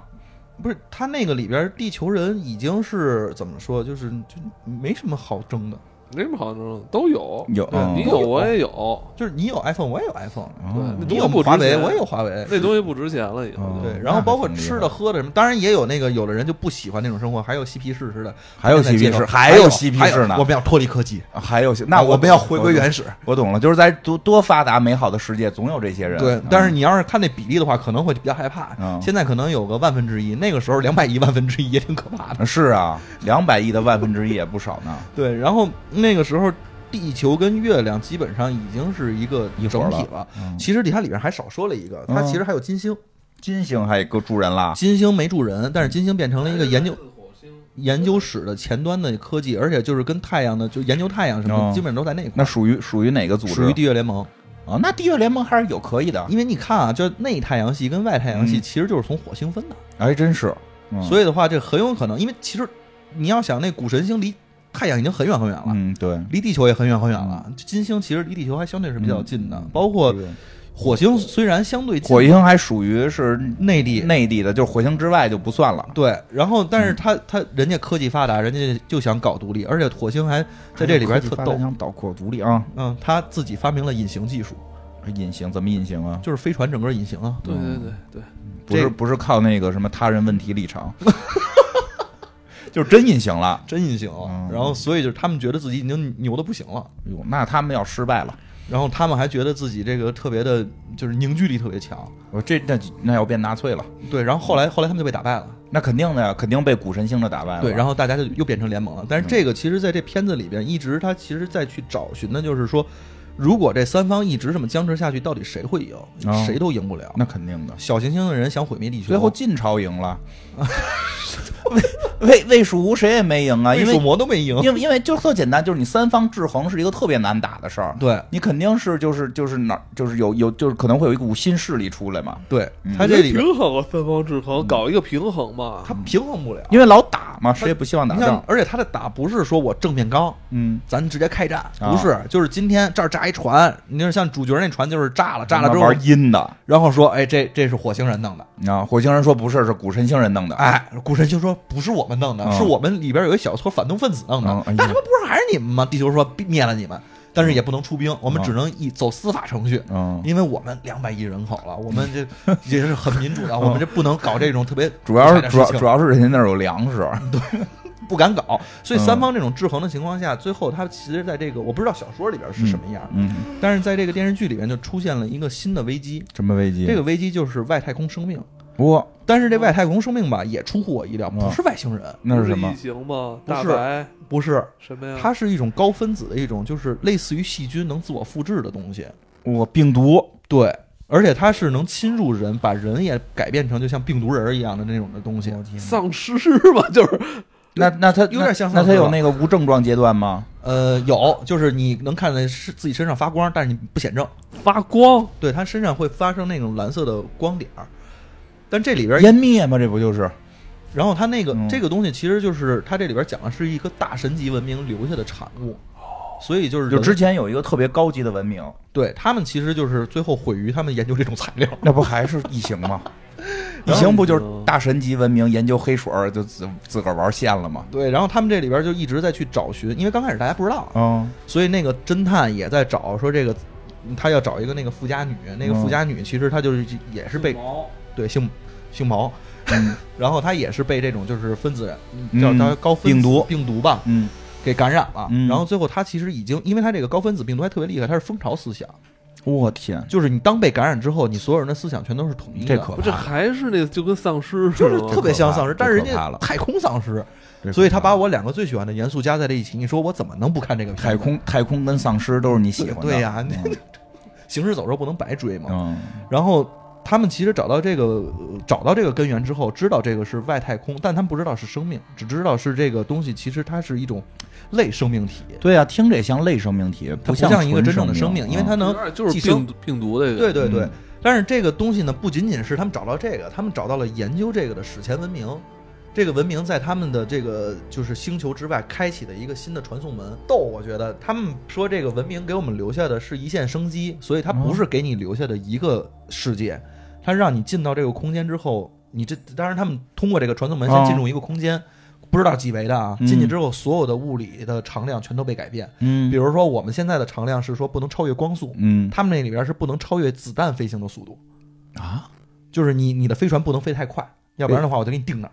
C: 不是她那个里边地球人已经是怎么说，就是就没什么好争的，
A: 没什么好争，都有
B: 有
A: 对
C: 哦
B: 嗯
A: 你有我也有，
C: 就是你有 iPhone 我也有 iPhone，
B: 哦
A: 那
C: 哦你
A: 东
C: 有
A: 西不值
C: 华为
A: 钱
C: 我也有华为，
A: 那东西不值钱了已经。
B: 哦
C: 对，
B: 那
C: 然后
B: 还
C: 包括
B: 挺厉
C: 吃
B: 害
C: 的喝的什么，当然也有那个有的人就不喜欢那种生活，还有嬉皮士似的，
B: 还有嬉皮士
C: 现在介绍
B: 还有
C: 有
B: 嬉皮
C: 还
B: 士呢
C: 我们要脱离科技，
B: 还有些，
C: 啊
B: (laughs) 那
C: 我们要回归原
B: 始。
C: 始。
B: 我懂了，就是在多多发达美好的世界，总有这些人。
C: 对
B: 嗯，
C: 但是你要是看那比例的话，可能会比较害
B: 嗯
C: 怕。现在可能有个万分之一，那个时候两百亿万分之一也挺可怕的。
B: 是啊，两百亿的万分之一也不少呢。
C: 对，然后那个时候，地球跟月亮基本上已经是一个
B: 一伙
C: 整
B: 儿
C: 体
B: 了
C: 了。
B: 嗯
C: 其实里它里边还少说了一个，它
B: 嗯啊
C: 其实还有金星，
B: 金星还够住人啦，
C: 金星没住人，但是金星变成了一个研究
A: 火星
C: 研究室的前端的科技，而且就是跟太阳的就研究太阳什么
B: 哦
C: 的，基本上都在那块
B: 那
C: 儿，
B: 属于属于哪个组织？
C: 属于地月联盟。
B: 啊，那地月联盟还是有可以的。
C: 因为你看啊，就内太阳系跟外太阳系
B: 嗯
C: 其实就是从火星分的，
B: 哎，真是，嗯
C: 所以的话，这很有可能，因为其实你要想那古神星离太阳已经很远很远了。
B: 嗯，对，
C: 离地球也很远很远了，金星其实离地球还相对是比较近的，
B: 嗯
C: 包括火星虽然相对近
B: 火星还属于是
C: 内地
B: 内地的，就是火星之外就不算了。
C: 对，然后
B: 嗯
C: 但是他他人家科技发达，人家就想搞独立，而且火星还在这里边特逗，
B: 想岛国独立啊，
C: 嗯，他自己发明了隐形技术，
B: 隐形怎么隐形啊？
C: 就是飞船整个隐形啊，
A: 对对对对，
B: 不是
C: 这
B: 不是靠那个什么他人问题立
C: (laughs)
B: 场，就是真隐形了。
C: 真隐形啊
B: 嗯，
C: 然后所以就是他们觉得自己已经牛的不行了，
B: 哎呦，那他们要失败了，
C: 然后他们还觉得自己这个特别的，就是凝聚力特别强，
B: 我这那那要变纳粹了，
C: 对，然后后来后来他们就被打败了。
B: 那肯定的呀，肯定被古神星嗯的打败了。嗯
C: 对，然
B: 后
C: 后大家就又变成联盟了。但是这个其实在这片子里边，一直他其实在去找寻的就是说，如果这三方一直这么僵持下去，到底谁会赢？
B: 哦
C: 谁都赢不了。
B: 那肯定的。
C: 小行星的人想毁灭地球，啊
B: 最后晋朝赢 (laughs) 了，魏魏魏蜀吴谁也没赢啊，因
C: 魏
B: 为
C: 蜀魔都没赢。
B: 因为因为就特简单，就是你三方制衡是一个特别难打的事儿，
C: 对
B: 你肯定是就是就是哪儿就是有有就是可能会有一股新势力出来嘛，
C: 对
B: 嗯，
C: 他这里边嗯
A: 平衡啊，三方制衡，搞一个平衡嘛。
C: 他平衡不了。
B: 因为老打嘛，谁也不希嗯望打
C: 你像
B: 仗，，
C: 而且他的打不是说我正面刚，
B: 嗯，
C: 咱直接开战，
B: 啊
C: 不是，就是今天这儿炸一船，你就是像主角那船就是炸了，炸了之后，
B: 玩阴的，
C: 然后说，哎，这这是火星人弄的，
B: 啊，火星人说不是，是古神星人弄的，
C: 哎，古神就说不是我们弄的，
B: 啊
C: 是我们里边有一小撮反动分子弄的，
B: 啊哎呦
C: 那他妈不是还是你们吗？地球说灭了你们，但是也不能出兵，我们
B: 啊
C: 只能以走司法程序。
B: 嗯，
C: 因为我们两百亿人口了，我们这
B: (laughs)
C: 也是很民主的，我们这不能搞这种特别
B: 嗯主要
C: 不
B: 是
C: 太的
B: 主要
C: 事情
B: 主要是人家那儿有粮食，
C: 不敢搞，所以三
B: 嗯
C: 方这种制衡的情况下，最后他其实在这个我不知道小说里边是什么样，
B: 嗯，
C: 但是在这个电视剧里面就出现了一个新的危机，
B: 什么危机？
C: 这个危机就是外太空生命。
B: 不，
C: 但是这外太空生命吧，也出乎我意料，
B: 嗯
C: 不是外星人，
B: 那
A: 不
B: 是
A: 是
B: 什么
A: 异？形吗？
C: 不
A: 大
C: 是
A: 白
C: 不是，
A: 什么呀？
C: 它是一种高分子的一种，就是类似于细菌能自我复制的东西。
B: 我病毒，
C: 对，而且它是能侵入人，把人也改变成就像病毒人一样的那种的东西。
A: 丧尸嘛， (laughs) 就是
B: 那那他
C: 有点像
B: 那那
C: 丧
B: 他
C: 尸
B: 有
C: 了
B: 那个无症状阶段吗？
C: 呃，有，就是你能看见是自己身上发光，但是你不显症。
A: 发光，
C: 对，它身上会发生那种蓝色的光点儿。但这里边
B: 湮灭吗？这不就是？
C: 然后它那个、
B: 嗯
C: 这个东西，其实就是它这里边讲的是一个大神级文明留下的产物，所以就是
B: 就
C: 人
B: 之前有一个特别高级的文明，
C: 对他们其实就是最后毁于他们研究这种材料。 (laughs)
B: 那不还是异形吗？异形不就是大神级文明研究黑水儿就自自个儿玩线了吗？
C: 对，然后他们这里边就一直在去找寻，因为刚开始大家不知道啊，
B: 嗯，
C: 所以那个侦探也在找，说这个他要找一个那个富家女，那个
B: 嗯
C: 富家女其实她就是也是被啊对姓姓毛， (laughs) 然后她也是被这种就是分子叫
B: 嗯
C: 它高分子
B: 病毒
C: 病毒吧
B: 嗯，
C: 给感染了
B: 嗯，
C: 然后最后她其实已经因为她这个高分子病毒还特别厉害，它是蜂巢思想，
B: 我天，
C: 就是你当被感染之后，你所有人的思想全都是统一的，
B: 这可
A: 不这还是那个就跟丧尸似
C: 就
A: 的
C: 是
A: 吗，
C: 特别像丧尸，
B: 这可怕
C: 但是人
B: 这可怕
C: 家
B: 了
C: 太空丧尸，所以他把我两个最喜欢的元素加在了一起。你说我怎么能不看这个片子
B: 太空太空跟丧尸都是你喜欢的，
C: 对对 (laughs) 呀
B: 嗯
C: 行尸走肉不能白追嘛？
B: 嗯，
C: 然后他们其实找到这个呃找到这个根源之后，知道这个是外太空，但他们不知道是生命，只知道是这个东西其实它是一种类生命体，
B: 对呀，听着也像类生命体，
C: 它不
B: 像
C: 像一个
B: 纯
C: 真正的生
B: 命
C: 命，，因为它
B: 嗯
C: 能
A: 有点就是
C: 寄生
A: 病毒病毒这个，
C: 对对对
B: 嗯。
C: 但是这个东西呢，不仅仅是他们找到这个，他们找到了研究这个的史前文明。这个文明在他们的这个就是星球之外开启的一个新的传送门。逗，我觉得他们说这个文明给我们留下的是一线生机，所以它
B: 哦
C: 不是给你留下的一个世界，它让你进到这个空间之后，你这当然他们通过这个传送门
B: 哦
C: 先进入一个空间，不知道几维的啊，
B: 嗯
C: 进去之后所有的物理的常量全都被改变。
B: 嗯，
C: 比如说我们现在的常量是说不能超越光速，
B: 嗯
C: 他们那里边是不能超越子弹飞行的速度，
B: 啊
C: 就是你你的飞船不能飞太快，要不然的话我就给你定那儿。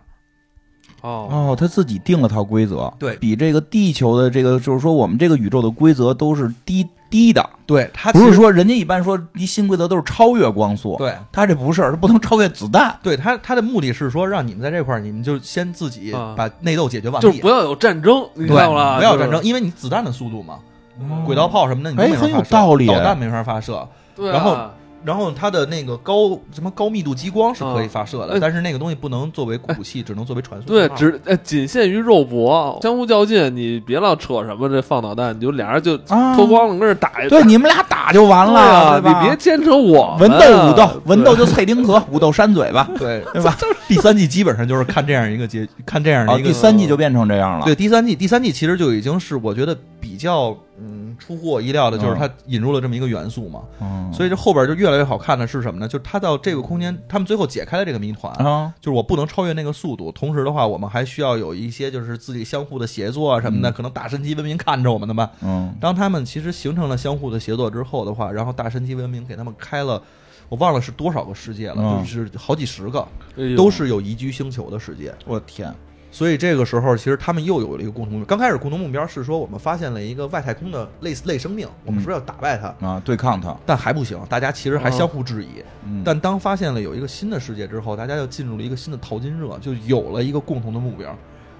A: 哦，
B: 哦，他自己定了套规则，
C: 对
B: 比这个地球的这个就是说我们这个宇宙的规则都是低低的，
C: 对，它
B: 不
C: 其
B: 是
C: 实
B: 说人家一般说一新规则都是超越光速，
C: 对
B: 他这不是，他不能超越子弹。
C: 对它它的目的是说让你们在这块儿，你们就先自己
A: 啊
C: 把内斗解决完毕，
A: 就是不要有战争，你
C: 对
A: 看到了？
C: 不要
A: 就是
C: 战争，，因为你子弹的速度嘛，
A: 嗯
C: 轨道炮什么的你都
B: 哎
C: 没法
B: 很有
C: 发射
B: 道理
C: 导弹没法发射。
A: 对啊，
C: 然后然后它的那个高什么高密度激光是可以发射
A: 啊
C: 的，但是那个东西不能作为武器，只能作为传送。
A: (laughs) 对，只呃仅限于肉搏，相互较劲，你别老扯什么这放导弹，你就俩人就
B: 啊
A: 脱光了跟这打一
B: 对，你们俩打就完
A: 对啊
B: 了，对吧
A: 你别牵扯我
B: 文
A: 们
B: 斗
A: 啊
B: 武斗，文斗就蔡丁河，武斗扇嘴
C: (laughs)
B: 巴，
C: 对
B: 对吧？
C: 第三季基本上就是看这样一个结，看这样的
A: 啊
B: 好，
C: 一个
B: 第三季就变成这样了。
C: 对第三季，第三季其实就已经是我觉得比较嗯出乎我意料的，就是它引入了这么一个元素嘛，
B: 嗯，
C: 所以这后边就越来越好看的是什么呢？就是它到这个空间，他们最后解开了这个谜团。
B: 啊，
C: 就是我不能超越那个速度，同时的话，我们还需要有一些就是自己相互的协作啊什么的，可能大神级文明看着我们的吧。
B: 嗯，
C: 当他们其实形成了相互的协作之后的话，然后大神级文明给他们开了，我忘了是多少个世界了，
B: 嗯
C: 就是好几十个，
A: 哎呦
C: 都是有宜居星球的世界。
B: 我天，
C: 所以这个时候，其实他们又有了一个共同目标。刚开始共同目标是说，我们发现了一个外太空的类似类生命，我们是不是要打败它？
B: 啊，对抗他，
C: 但还不行，大家其实还
A: 哦
C: 相互质疑。
B: 嗯
C: 但当发现了有一个新的世界之后，大家又进入了一个新的淘金热，就有了一个共同的目标。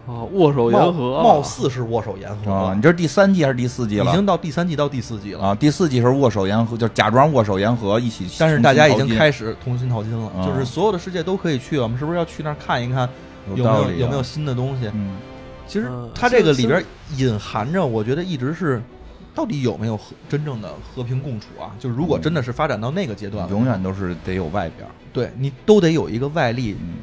A: 啊，握手言
C: 貌
A: 和啊，
C: 貌似是握手言和
B: 啊，
C: 了
B: 你，这是第三季还是第四季了？
C: 已经到第三季到第四季了，
B: 啊，第四季是握手言和，就假装握手言和一起，
C: 但是大家已经
B: 始
C: 开始同心淘金了，
B: 啊
C: 就是所有的世界都可以去，我们是不是要去那儿看一看有没
B: 道
C: 有
B: 理
C: 有没
B: 啊
C: 有？新的东西？
B: 嗯，
C: 其实
A: 嗯
C: 它这个里边
A: 是
C: 隐含着，我觉得一直是。到底有没有和真正的和平共处啊？就是如果真的是发展到那个阶段，
B: 永远都是得有外边儿。
C: 对你都得有一个外力
B: 嗯，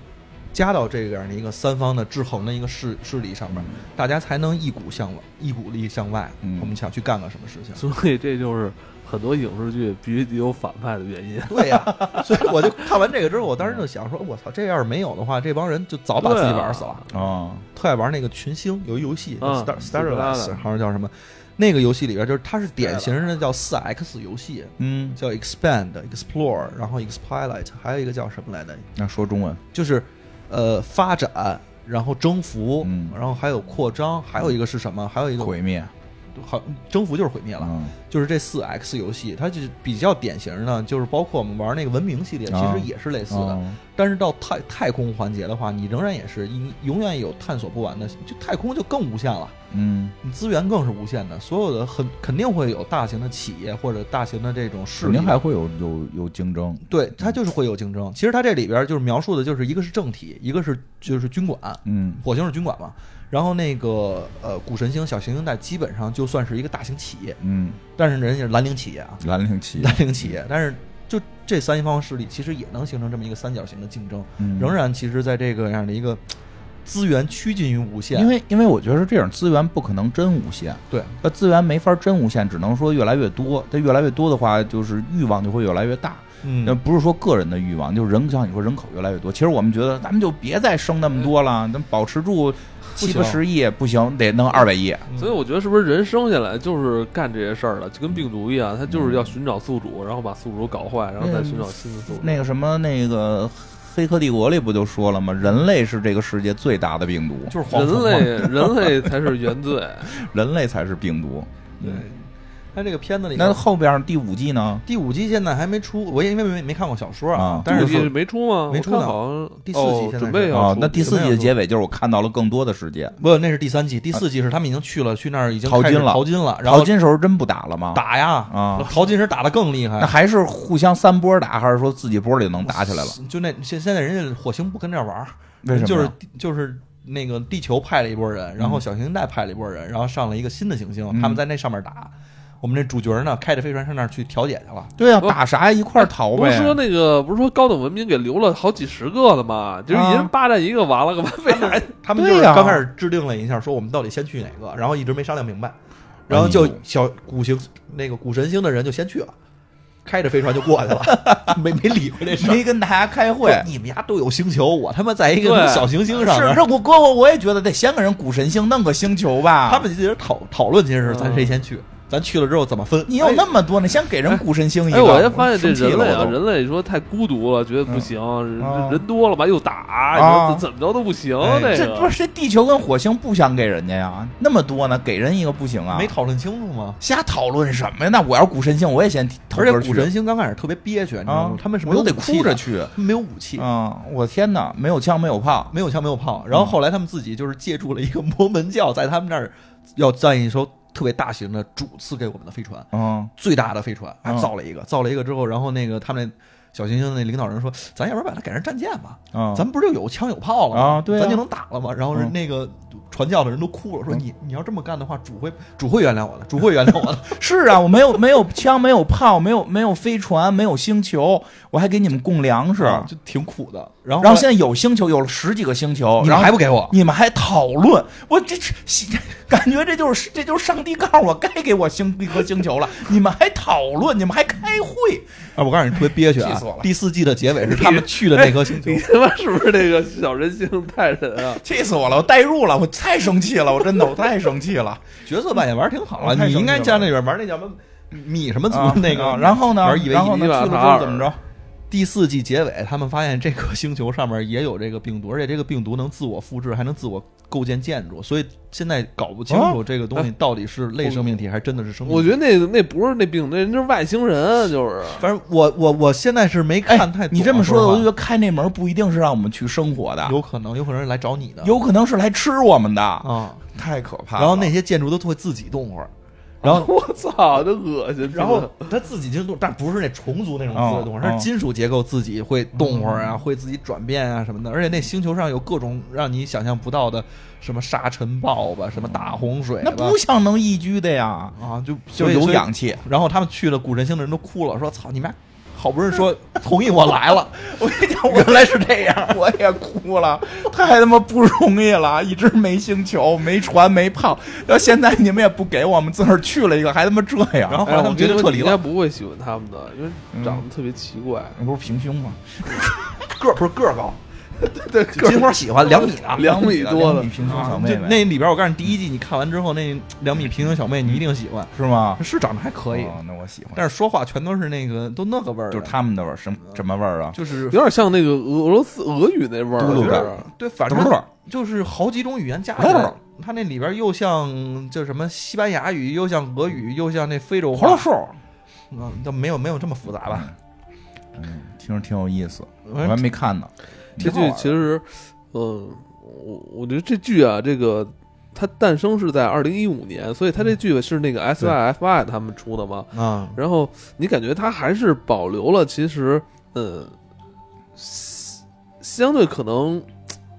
C: 加到这样的一个三方的制衡的一个势势力上面
B: 嗯，
C: 大家才能一股向外，一股力向外。
B: 嗯
C: 我们想去干个什么事
A: (laughs)
C: 情？
A: 所以这就是很多影视剧必须得有反派的原因。
C: (laughs) 对呀、所以我就看完这个之后，我当时就想说，我操，这要是没有的话，这帮人就早把自己玩死了。
B: 啊，
C: 特爱玩那个群星，有一游戏、
A: 嗯
C: Star
A: 死不
C: Starless，
A: 拉
C: 好像叫什么，那个游戏里边就是它是典型的叫四 X 游戏，
B: 嗯，
C: 叫 Expand、Explore，然后 Expilot，还有一个叫什么来着？
B: 那说中文，
C: 就是呃发展，然后征服，
B: 嗯
C: 然后还有扩张，还有一个是什么？还有一个
B: 毁灭
C: 好征服就是毁灭了，
B: 嗯
C: 就是这四 X 游戏，它就是比较典型的，就是包括我们玩那个文明系列，其
B: 啊
C: 实也是类似的。
B: 嗯
C: 但是到太太空环节的话，你仍然也是你永远有探索不完的，就太空就更无限了。
B: 嗯，
C: 你资源更是无限的，所有的很肯定会有大型的企业或者大型的这种势
B: 肯
C: 力
B: 定，还会有有有竞争，
C: 对它就是会有竞争。其实它这里边就是描述的就是一个是政体，一个是就是军管，
B: 嗯
C: 火星是军管嘛，然后那个呃古神星、小行星带基本上就算是一个大型企业，
B: 嗯，
C: 但是人家是蓝领企业啊，
B: 蓝领
C: (laughs)
B: 企业
C: 蓝领企业，但是就这三方势力其实也能形成这么一个三角形的竞争，
B: 嗯
C: 仍然其实在这个样的一个资源趋近于无限，
B: 因为因为我觉得是这种资源不可能真无限，
C: 对
B: 它资源没法真无限，只能说越来越多。它越来越多的话，就是欲望就会越来越大。
C: 嗯
B: 那不是说个人的欲望，就是人像你说人口越来越多。其实我们觉得咱们就别再生那么多
C: 嗯
B: 了，咱们保持住七八十亿不行，得弄二百亿。
C: 嗯
A: 所以我觉得是不是人生下来就是干这些事儿的，就跟病毒一样，他就是要寻找宿主，然后把宿主搞坏，然后再寻找新的宿主。
B: 嗯那个什么那个《黑客帝国》里不就说了吗？人类是这个世界最大的病毒，
C: 就是蝗
A: 人
C: 虫
A: 类
C: 嘛，
A: 人类才是原罪。
B: 人类才是病毒。
C: 对。它这个片子里边，
B: 那后边第五季呢？
C: 第五季现在还没出，我也因为没没看过小说
B: 啊
C: 但
A: 第
C: 是
A: 五季
C: 说
A: 没出吗？
C: 没出呢
A: 我看好像
C: 第四季
A: 哦
C: 现在
A: 准备
C: 是
A: 要
B: 啊
A: 出，
B: 那第四季
C: 没有
B: 的
C: 出
B: 结尾就是我看到了更多的世界。
C: 不，那是第三季，第四季是他们已经去了，去那儿已经
B: 淘金
C: 开始
B: 了
C: 淘金了，然
B: 淘
C: 后
B: 金时候真不打了吗？
C: 打哎呀，
B: 啊，
C: 淘金时打的更厉害
B: 那，还是互相三波打，还是说自己波里能打起来了？
C: 就那现现在人家火星不跟这儿玩儿，
B: 为什么呀？
C: 就是就是那个地球派了一波人，然后小行星带派了一波人，然后上了一个新的行星，
B: 嗯
C: 他们在那上面打。我们这主角呢，开着飞船上那儿去调解去了。
B: 对啊，
A: 不
B: 打啥呀？一块儿逃
A: 不
B: 呗。
A: 是说那个，不是说高等文明给留了好几十个了吗？就是一人
B: 啊
A: 霸占一个，完了干嘛？为啥
C: 他们就是
B: 对呀
C: 刚开始制定了一下，说我们到底先去哪个，然后一直没商量明白，然后就
B: 哎呦
C: 小古行那个古神星的人就先去了，开着飞船就过去了， (laughs) 没没理会这事儿。
B: 没跟大家开会。
C: 你们家都有星球，我他妈在一个
A: 对
C: 小行星上面
B: 是，是我哥我我也觉得得先给人古神星弄个星球吧。
C: 他们自己讨讨论这件事，咱
A: 嗯
C: 谁先去？咱去了之后怎么分？
B: 你有那么多呢，先给人古神星一个。
A: 哎，我先发现这
B: 生气
A: 人类
B: 了
A: 啊，
B: 我都
A: 人类说太孤独了，觉得不行，
B: 啊
A: 人人多了吧又打，你
B: 啊
A: 说怎么着都不行。
C: 哎
A: 那
B: 这不
A: 个
B: 是这地球跟火星不想给人家呀？那么多呢，给人一个不行啊？
C: 没讨论清楚吗？
B: 瞎讨论什么呀？那我要是古神星，我也先投
C: 而
B: 歌
C: 且
B: 去
C: 古神星刚开始特别憋屈，你知道
B: 啊
C: 吗？，他们什么
B: 我都得
C: 有武器
B: 哭着
C: 的，
B: 去
C: 他们没有武器，
B: 啊！我天哪，没有枪没有炮，
C: 没有枪没有炮。
B: 嗯
C: 然后后来他们自己就是借助了一个摩门教，在他们那儿要建一艘特别大型的主赐给我们的飞船，
B: 嗯，
C: 最大的飞船，还
B: 嗯
C: 造了一个，造了一个之后，然后那个他们那小行星那领导人说，咱要不然把它改成战舰吧，
B: 啊，
C: 咱们不是就有枪有炮了吗？
B: 啊对啊
C: 咱就能打了吗？然后人
B: 嗯
C: 那个传教的人都哭了，说你你要这么干的话，主会主会原谅我的，主会原谅
B: (laughs)
C: 我的。
B: 是啊，我没有没有枪，没有炮，没有没有飞船，没有星球，我还给你们供粮食。
C: 啊就挺苦的。然后
B: 然后
C: 后
B: 现在有星球，有了十几个星球，
C: 你
B: 然
C: 们
B: 后
C: 还不给我，
B: 你们还讨论，我这这这 (laughs) 感觉这就是这就是上帝告诉我该给我星一颗星球了，你们还讨论，你们还开会，
C: 啊，我告诉你，特别憋屈啊！
B: 气死我了
C: 第四季的结尾是他们去的那颗星球
A: 你， (laughs) 他妈是不是那个小人星太人啊？
B: 气死我了，我代入了，我太生气了，我真的我太生气
C: (laughs)
B: 了。
C: 角色扮演玩儿挺好
B: 我
C: 了，
B: 太
C: 你应该
B: 生气
C: 加
B: 了
C: 那边玩那叫什么米什么族
B: 啊
C: 那个
B: 啊，然后呢
C: 玩，以为
B: 然后
A: 一
B: 呢，
A: 吧
B: 去了之
A: 他
B: 后
A: 二
B: 怎么着？
C: 第四季结尾，他们发现这个星球上面也有这个病毒，而且这个病毒能自我复制，还能自我构建建筑，所以现在搞不清楚这个东西到底是类生命体还是真的是生命体。
A: 我觉得那那不是那病，那人就是外星人，啊就是
C: 反正我我我现在是没
B: 哎
C: 看太懂啊、
B: 你这么
C: 说实
B: 说，
C: 话
B: 我就觉得开那门不一定是让我们去生活的，
C: 有可能，有可能是来找你的，
B: 有可能是来吃我们的，
C: 啊。
B: 太可怕了。
C: 然后那些建筑都会自己动会儿，然后
A: (laughs) 我操，真恶心。
C: 然后它自己就动，但不是那虫族那种自己动
B: 哦
C: 会儿，它
B: 哦嗯
C: 是金属结构自己会动会儿啊，会自己转变啊什么的。而且那星球上有各种让你想象不到的，什么沙尘暴吧，什么大洪水
B: 那
C: 吧，
B: 不像能宜居的呀，
C: 啊就
B: 就有氧。气。啊
C: 然后他们去了古神星的人都哭了，说：“操你妈！”好不容
B: (laughs)
C: 易说同意我来了，
B: 我跟你讲，我 (laughs) 原来是这样，我也哭了， (laughs) 太他妈不容易了，一直没星球，没船，没炮，到现在你们也不给我们，自个儿去了一个，还他妈这样，
C: 然后
A: 哎，
C: 他
A: 我
C: 们
A: 觉
C: 决定
A: 得
C: 撤
A: 你
C: 离
A: 应该
C: 了。
A: 不会喜欢他们的，因为长得特别奇怪。
B: 你不是平胸吗？
C: 个儿不是个儿高，
A: 对，
C: (laughs) 金花喜欢两米呢，
A: 两米多了
B: 两米平胸小妹
C: 就
B: 妹、
C: 那里边，我告诉你，第一季你看完之后，那两米平行小妹你一定喜欢，
B: 是吗？
C: 是长得还可以，
B: 哦那我喜欢。
C: 但是说话全都是那个都那个味儿的，
B: 就是他们的味儿，什什么味儿啊？
C: 就是
A: 有点像那个俄罗斯俄语那味儿，
B: 嘟噜
A: 我觉
B: 的
A: 着
C: 对，反
B: 嘟噜
C: 正就是好几种语言加起
B: 嘟
C: 来
B: 噜，
C: 他那里边又像叫什么西班牙语，又像俄语，又像那非洲
B: 胡
C: 话
B: 老，兽，
C: 嗯，都没有没有这么复杂吧？
B: 嗯，听着挺有意思，我
C: 反
B: 还
C: 正
B: 没看呢。
A: 这
C: 挺好玩
A: 剧
C: 的
A: 其实，嗯，我我觉得这剧啊，这个它诞生是在二零一五年，所以它这剧是那个 S Y F Y 他们出的嘛。
C: 啊，
A: 然后你感觉它还是保留了，其实，嗯，相相对可能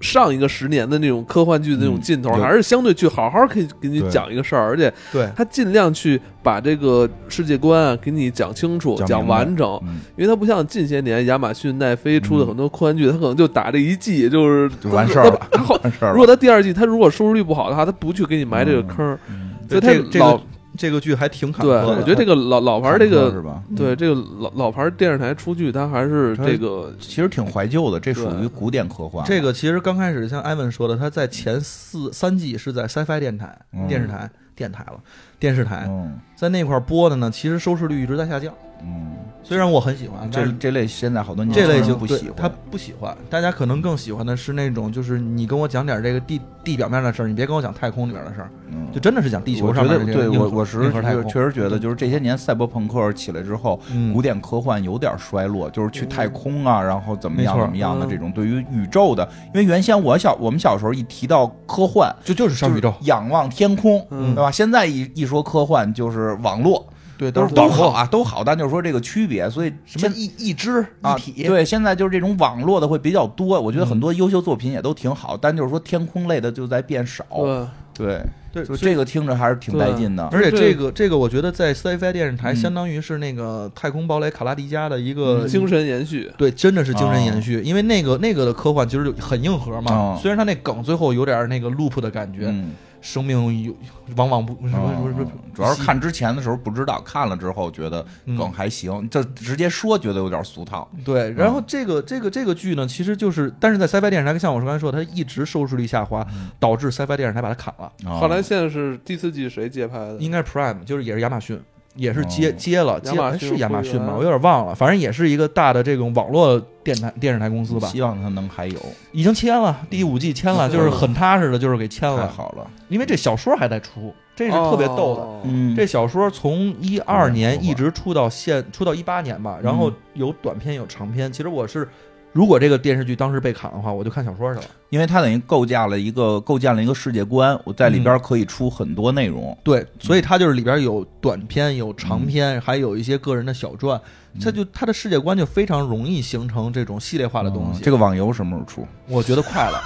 A: 上一个十年的那种科幻剧的那种
B: 嗯
A: 劲头，
B: 对
A: 还是相对去好好可以给你
B: 对
A: 讲一个事儿，而且
C: 对，
A: 它尽量去把这个世界观啊给你讲清楚、
B: 讲
A: 讲
B: 明白
A: 完
C: 哦
A: 整。
B: 嗯，
A: 因为它不像近些年亚马逊、奈飞出的很多科幻剧，它可能就打这一季，也就是
B: 就完事儿
C: (laughs)
B: 了，
A: 它好，
B: 完事儿
A: 如
B: 了。
A: 果它第二季，它如果收视率不好的话，它不去给你埋这个坑儿，
B: 嗯
A: 所以它
C: 这个这
A: 老
C: 个这个剧还挺坎坷
A: 对，
C: 的。
A: 我觉得这个老老牌儿这
B: 是
A: 个
B: 吧？
C: 嗯
A: 对这个老老牌儿电视台出剧，它还是
B: 它
A: 这个
B: 其实挺怀旧的，这属于
A: 对
B: 古典科幻。
C: 这个其实刚开始像艾文说的，他在前四三季是在 Sci-Fi 电台、
B: 嗯
C: 电视台、电台了，电视台
B: 嗯
C: 在那块儿播的呢，其实收视率一直在下降。
B: 嗯，
C: 虽然我很喜欢，但
B: 这
C: 是
B: 这类现在好多年
C: 啊这
B: 轻
C: 类
B: 人
A: 嗯
C: 型
B: 不
C: 嗯对
B: 喜欢，
C: 他不喜欢。大家可能更喜欢的是那种，就是你跟我讲点这个地地表面的事儿，你别跟我讲太空里边的事儿，
B: 嗯
C: 就真的是讲地球上
B: 我觉
C: 面
B: 得
C: 的这
B: 对
C: 个硬
B: 我
C: 核
B: 我实
C: 硬核太
B: 确
C: 空
B: 确实觉得，就是这些年赛博朋克起来之后，
C: 嗯
B: 古典科幻有点衰落，就是去太空啊，然后怎么样
C: 没错
B: 怎么样的
A: 嗯
B: 这种对于宇宙的，因为原先我小我们小时候一提到科幻，
C: 就就是
B: 就
C: 上
B: 是
C: 宇宙，
B: 仰望天空，
A: 嗯
B: 对吧？现在一一说科幻就是网络，
C: 对，
B: 都是
C: 导
B: 都
C: 航
B: 好啊，都好，但就是说这个区别，所以
C: 什么
B: 现
C: 一一只
B: 啊
C: 一，体，
B: 对，现在就是这种网络的会比较多，我觉得很多优秀作品也都挺好，但就是说天空类的就在变少，
A: 对
B: 对，
C: 对，
B: 就
C: 所以
B: 这个听着还是挺带劲的，
C: 而且
A: 这
C: 这个这个，我觉得在 Sci-Fi 电视台
B: 嗯
C: 相当于是那个太空堡垒卡拉迪加的一个
A: 精神延续，
C: 对，真的是精神延续，因为那个那个的科幻其实就很硬核嘛。
B: 哦
C: 虽然它那梗最后有点那个 loop 的感觉，
B: 嗯。
C: 生命有往往不什么什么什
B: 嗯
C: 么，
B: 主要是看之前的时候不知道，看了之后觉得梗还行，这直接说觉得有点俗套。
C: 对。然
A: 嗯
C: 后这个这个这个剧呢，其实就是，但是在 sci-fi 电视台，像我刚才说，它一直收视率下滑，
A: 嗯
C: 导致 sci-fi 电视台把它砍了。
B: 哦
A: 后来现在是第四季谁接拍的？
C: 应该是 Prime，就是也是亚马逊，也是接、
B: 哦
C: 接了接
A: 亚马
C: 哎
A: 逊
C: 是亚马
A: 会
C: 逊吗？
A: 员
C: 我有点忘了，反正也是一个大的这种网络电台电视台公司吧，
A: 嗯
B: 希望他能还有，
C: 已经签了第五季签了，就是很踏实的，就是给签
B: 太
C: 了。
B: 好了。
C: 因为这小说还在出，这是特别逗的。
A: 哦
B: 嗯
C: 这小说从一二
B: 嗯
C: 年
B: 说吧
C: 一直出到现，出到一八年吧，然后
B: 嗯
C: 有短篇有长篇。其实我是，如果这个电视剧当时被砍的话，我就看小说去了。
B: 因为他等于构架了一个构建了一个世界观，我在里
C: 嗯
B: 边可以出很多内容。
C: 对，所以它就是里边有短篇、有长篇，还有一些个人的小传，它就它的世界观就非常容易形成哦这种系列化的东西。
B: 嗯这个网游什么时候出？
C: 我觉得快 (laughs) 了，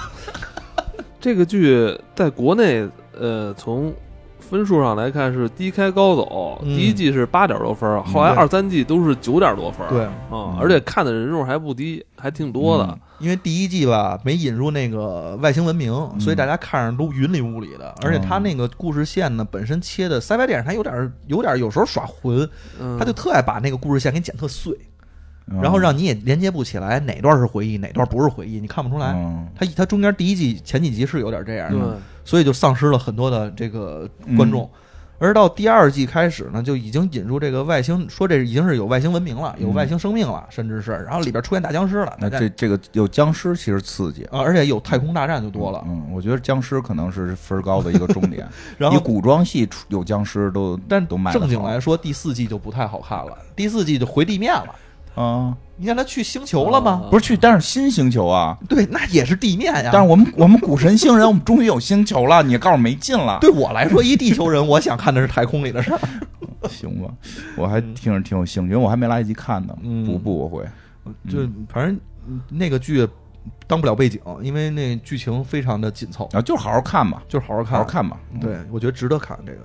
A: 这个剧在国内，呃，从分数上来看是低开高走，
C: 嗯
A: 第一季是八点多分儿，后来
C: 对
A: 二三季都是九点多分儿，
C: 对
A: 啊、
B: 嗯
A: 而且看的人数还不低，还挺多的。
B: 嗯
C: 因为第一季吧没引入那个外星文明，所以大家看着都云里雾里的。而且它那个故事线呢，本身切的 sci-fi 电视台有点儿有点儿有时候耍混，
A: 嗯，
C: 他就特爱把那个故事线给你剪特碎，
B: 嗯
C: 然后让你也连接不起来哪段是回忆，哪段不是回忆，你看不出来。
B: 嗯
C: 他他中间第一季前几集是有点这样
A: 对
B: 嗯
C: 的，所以就丧失了很多的这个观众。而到第二季开始呢，就已经引入这个外星，说这已经是有外星文明了，有
B: 嗯
C: 外星生命了，甚至是，然后里边出现大僵尸了，大
B: 那
C: 家
B: 这这个有僵尸其实刺激
C: 啊，而且有太空大战就多了，
B: 嗯，我觉得僵尸可能是分儿高的一个重点。
C: (laughs) 然
B: 你
C: 后
B: 古装戏出有僵尸都，
C: 但
B: 都卖得
C: 正经
B: 好
C: 来说，第四季就不太好看了，第四季就回地面了，
B: 啊，
C: 你看他去星球了吗？
A: 啊
B: 不是去，但是新星球啊，
C: 对，那也是地面呀。
B: 但是我们我们古神星人，我们终于有星球了，你告诉我没劲了，
C: (laughs) 对我来说，一地球人，我想看的是太空里的事儿。
B: 行吧？我还听着挺有兴趣，因为我还没来得及看呢，
C: 嗯
B: 补补我会，
C: 就反正嗯那个剧当不了背景，因为那剧情非常的紧凑，
B: 啊，就好好看吧，
C: 就是好好
B: 好
C: 看。
B: 好看吧。嗯，
C: 对，我觉得值得看这个。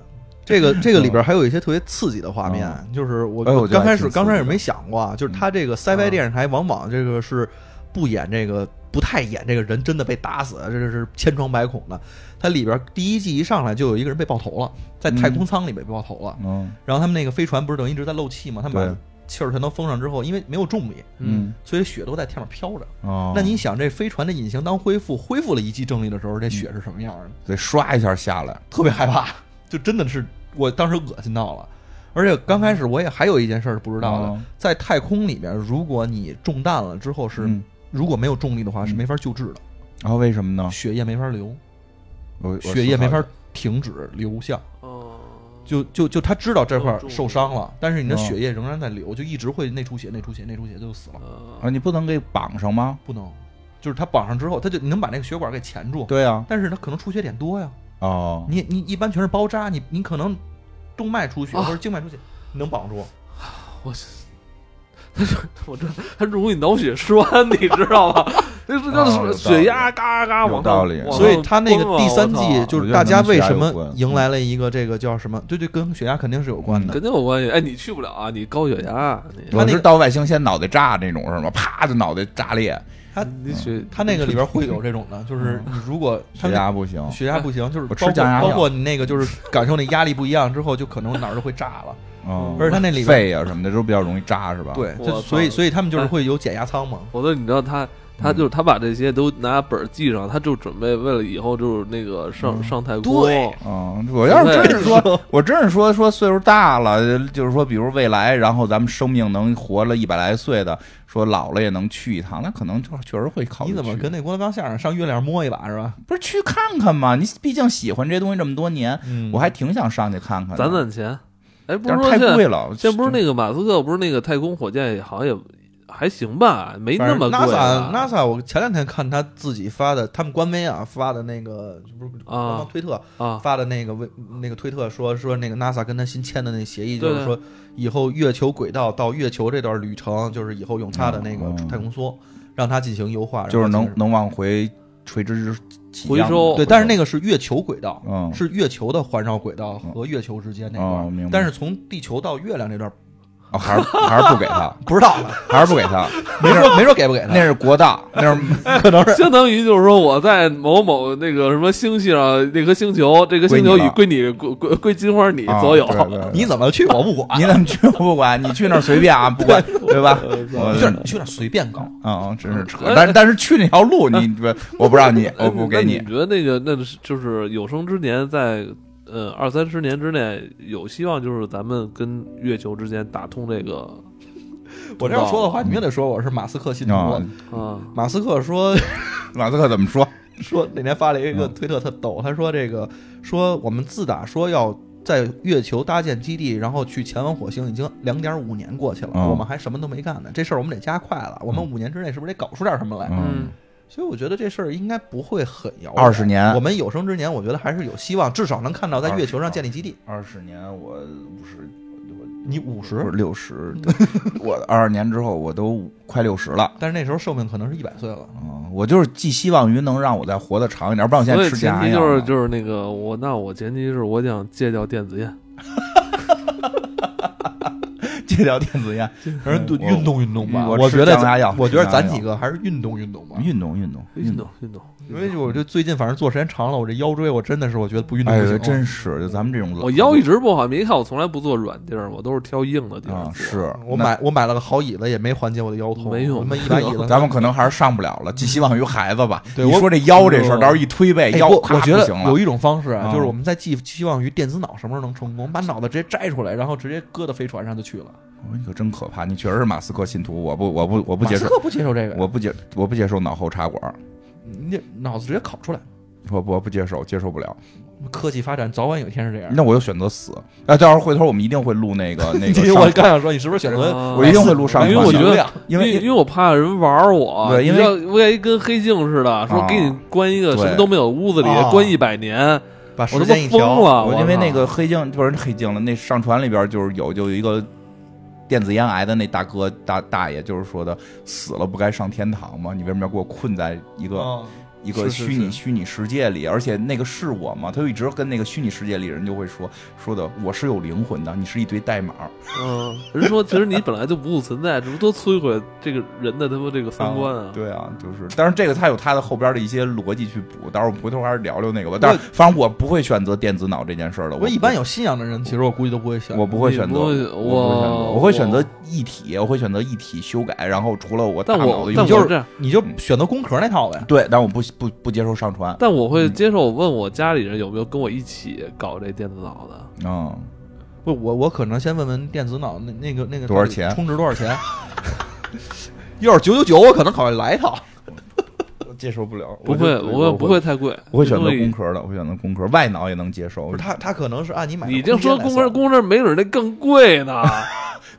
C: 这个这个里边还有一些特别刺激的画面，就是我,、
B: 哎我觉得
C: 刚开
B: 还挺刺激的
C: 始
B: 嗯
C: 刚开始没想过，啊，就是他这个 sci-fi 电视台往往这个是不演这个不太演这个人真的被打死，这个是千疮百孔的。它里边第一季一上来就有一个人被爆头了，在太空舱里面被爆头了，
B: 嗯
C: 然后他们那个飞船不是等于一直在漏气吗？他们
B: 对
C: 把气儿全都封上之后，因为没有重力，
B: 嗯
C: 所以雪都在天上飘着。
B: 哦，
C: 那你想，这飞船的引擎当恢复恢复了一季正力的时候，这雪是什么样的？
B: 得刷一下下来，
C: 特别害怕，
B: (laughs)
C: 就真的是我当时恶心到了。而且刚开始我也还有一件事儿是不知道的
B: 哦，
C: 在太空里面，如果你中弹了之后是
B: 嗯
C: 如果没有重力的话是没法救治的，
B: 然后为什么呢？
C: 血液没法流，
B: 我哦我
C: 血液没
B: 思考
C: 法
B: 一下
C: 停止流向。
A: 哦，
C: 就就就他知道这块儿
A: 重力
C: 受伤了，但是你的
B: 哦
C: 血液仍然在流，就一直会内出血、内出血、内出血，就死了。
A: 呃
B: 啊，你不能给绑上吗？
C: 不能，就是他绑上之后，他就你能把那个血管给钳住，
B: 对啊，
C: 但是他可能出血点多呀。
B: 哦，
C: 你你一般全是包扎，你你可能动脉出血
A: 啊
C: 或者静脉出血，你能绑住。
A: 我他就我这他容易脑血栓， (laughs) 你知道吧？这这
B: 哦有道
A: 这
B: 理
A: 血压嘎嘎
B: 有
A: 往
B: 道
A: 上
B: 理，
A: 往
C: 所以
A: 上
C: 他那个
A: 崩啊
C: 第三
A: 我操
C: 季就
B: 我觉
C: 是
B: 得
C: 大家
B: 跟血
C: 为
B: 压
C: 什
B: 有
C: 么
B: 关嗯
C: 迎来了一个这个叫什么？对对，跟血压肯定是有关的。
A: 肯定有关系。哎，你去不了啊，你高血压，你
B: 我
C: 那
B: 是
C: 个
B: 到外星先脑袋炸那种是吗？啪就脑袋炸裂，
C: 他
A: 你血
C: 他那个里边会有这种的，就是你如果他
B: 嗯血
C: 那
B: 压不行，
C: 血压不行，就是
B: 我
C: 包
B: 吃
C: 括
B: 降压药
C: 包括你那个就是感受那压力不一样之后，就可能哪儿都会炸
B: (laughs)
C: 了。
B: 嗯
C: 而且他那里边
B: 肺啊什么的都比较容易扎是吧？，
C: 对，
A: 我
C: 他
A: 操
C: 所以所以他们
B: 哎
C: 就是会有减
B: (laughs)
C: 压舱嘛。
A: 否则你知道他，他就是他把这些都拿本儿记上，他就准备为了以后就是那个上、上太空。
C: 对
B: 嗯，我要是真是说，我真是说说岁数大了，就是说，比如未来，然后咱们生命能活了一百来岁的，说老了也能去一趟，那可能就确实会考虑
C: 你
B: 去。
C: 怎么跟那郭德纲相声上月亮摸一把是吧？
B: 不是去看看嘛？你毕竟喜欢这东西这么多年，
C: 嗯
B: 我还挺想上去看看的。
A: 攒攒钱。哎，不
B: 但
A: 是
B: 是
A: 说
B: 太
A: 现在
B: 贵了，
A: 现在不是那个马斯克不是那个太空火箭也好像也还行吧，没那么贵啊
C: 反正
A: 吧
C: NASA NASA，我前两天看他自己发的，他们官微啊发的那个，不是官方推特
A: 啊，
C: 发的那个微那个推特说说那个 NASA 跟他新签的那协议，
A: 对
C: 就是说以后月球轨道到月球这段旅程，就是以后用它的那个
B: 嗯
C: 太空梭，让它进行优化，
B: 就是
C: 让它进
B: 能
C: 行
B: 能往回垂直起
A: 回
B: 样的
A: 收
C: 对，但是那个是月球轨道，
B: 嗯
C: 是月球的环绕轨道和月球之间那
B: 哦
C: 段
B: 明白
C: 儿，但是从地球到月亮这段儿
B: 哦
C: (laughs)
B: 还是还是不给他，
C: 不知道了，
B: 还是不给他，
C: (laughs) 没说没说给不给他
B: 那，是国道，那是可能是
A: 相当于就是说我在某某那个什么星系上那颗星球，这颗星球
B: 归你
A: 与归你
B: 了
A: 归归归金花你
B: 啊
A: 所有。
B: 对对对
C: 你怎么去我不管，
B: 你怎么去我不管，你去那儿随便啊，不管对吧？
A: (laughs) 呃
B: 我
C: 你去你去那儿随便搞。
B: 嗯，真是扯，但
C: 呃
B: 是但是去那条路你不我不让你，
A: 哎
B: 我不给
A: 那
B: 你
C: (laughs)
A: 你。觉得那个那是就是有生之年在呃二三十年之内有希望，就是咱们跟月球之间打通这个
C: 我这样说的话，你们也得说我是马斯克信徒。
B: 啊，
A: 啊
C: 马斯克说 (laughs)
B: 马斯克怎么说？
C: 说那天发了
B: 啊
C: 一个推特特逗，他说这个说我们自打说要在月球搭建基地，然后去前往火星，已经两点五年过去了，
B: 嗯
C: 我们还什么都没干呢。这事儿我们得加快了，我们五年之内是不是得搞出点什么来？
B: 嗯，
C: 所以我觉得这事儿应该不会很遥远。
B: 20年
C: 我们有生之年，我觉得还是有希望，至少能看到在月球上建立基地。
B: 二十年我五十，
C: 你五
B: 不是
C: 十，
B: 六十，对我二十年之后我都快六十了。
C: 但是那时候寿命可能是一百岁了。
B: 嗯，我就是寄希望于能让我再活得长一点，不然我现
A: 所
B: 在
A: 以
B: 吃降
A: 前
B: 压
A: 提
B: 药
A: 就是
B: 了。
A: 就是那个我那我前提是我想戒掉电子烟，
B: 戒掉电子烟，
C: 反正对
B: 我
C: 运动运动吧，
B: 我
C: 我
B: 吃
C: 觉得
B: 降压药
C: 我觉得
B: 吃降压
C: 咱
B: 药
C: 几个还是运动运动吧。
B: 运动运动
A: 运动运动，
C: 因为我就最近反正坐时间长了，我这腰椎我真的是我觉得不运动
B: 哎
C: 不行
B: 呦，
C: 了，哦
B: 真是就咱们这种
A: 我腰一直不好，你一看我从来不坐软地儿，我都是挑硬的地方
B: 啊
A: 坐。
B: 是
C: 我。买我买了个好椅子，也没缓解我的腰痛，
A: 没用
C: 我他
A: (laughs)
C: 妈一把椅 (laughs)
B: 那
C: 子。
B: 哎咱们可能还是上不了了，寄希望于孩子吧。
C: (laughs) 对
B: 你
C: 我
B: 说这腰这事儿，
C: 嗯
B: 到时候一推背，
C: 哎
B: 腰
C: 我
B: 咔
C: 我觉
B: 不
C: 得
B: 行了
C: 有一种方式啊，
B: 啊
C: 就是我们在寄希望于电子脑什么时候能成功，把脑袋直接摘出来，然后直接搁到飞船上就去了。
B: 哦你可真可怕，你确实是马斯克信徒，我不，我不，我不
C: 马
B: 接
C: 斯
B: 受，
C: 克不接受这个，
B: 我不接，我不接受脑后插管，
C: 你这脑子直接烤出来。
B: 我不我不接受，接受不了。
C: 科技发展早晚有一天是这样。
B: 那我就选择死。哎，到时候回头我们一定会录那
C: (laughs)
B: 个那个
C: 因为我
B: 上，
C: 刚想说，你是不是选择
A: 啊
B: 我一定会录上
A: 因为
B: 传
A: 我觉
B: 的，
A: 得，因
B: 因为
A: 为我怕人玩我，
B: 对因为啊
A: 你要万一跟黑镜似的，说给你关一个
B: 对
A: 什么都没有屋子里
C: 啊
A: 关一百年，
C: 把
A: 我
C: 时
A: 他
C: 间一
A: 妈疯
C: 调？
A: 了。
B: 我
A: 我
B: 因为
A: 操
B: 那个黑镜不是黑镜了，那上传里边就是有就有一个电子烟癌的那大哥大大爷，就是说的死了不该上天堂吗？你为什么要给我困在一个、
C: 嗯
B: 一个
C: 是是
B: 虚拟
C: 是
B: 虚拟世界里？而且那个是我吗？他就一直跟那个虚拟世界里人就会说说的我是有灵魂的，你是一堆代码。
A: 嗯，人说其实你本来就不复存在，只不过摧毁这个人的他妈这个三观啊。
B: 对啊，就是，但是这个它有它的后边的一些逻辑去补，到时候我们回头还是聊聊那个吧。但是反正我不会选择电子脑这件事儿的，
C: 我一般
B: 有，
C: 有信仰的人，其实我估计都不会选。
B: 我不会选择，
A: 你不会
B: 我不会选择，
A: 我
B: 我会选择一体，我会选择一体修改，然后除了我大
A: 但
B: 脑
A: 我
B: 的
A: 但我
B: 用就是
A: 这样，
C: 你就选择工壳那套呗。
B: 对，但我不不不接受上传，
A: 但我会接受。我问我家里人有没有跟我一起搞这电子脑的，
B: 嗯，
C: 不，我我可能先问问电子脑那那个那个
B: 多少钱
C: 充值多
B: (laughs)
C: 少钱？要是九九九，我可能考虑来一套。
B: 接受不了，
A: 不会，
B: 我
A: 不会太贵。
B: 我会选择
A: 因为
B: 工科的，我会选择工科，外脑也能接受，
C: 不是他，他可能是按你买的
A: 你就说工
C: 空间来
A: 程
C: 算
A: 工程没准那更贵呢。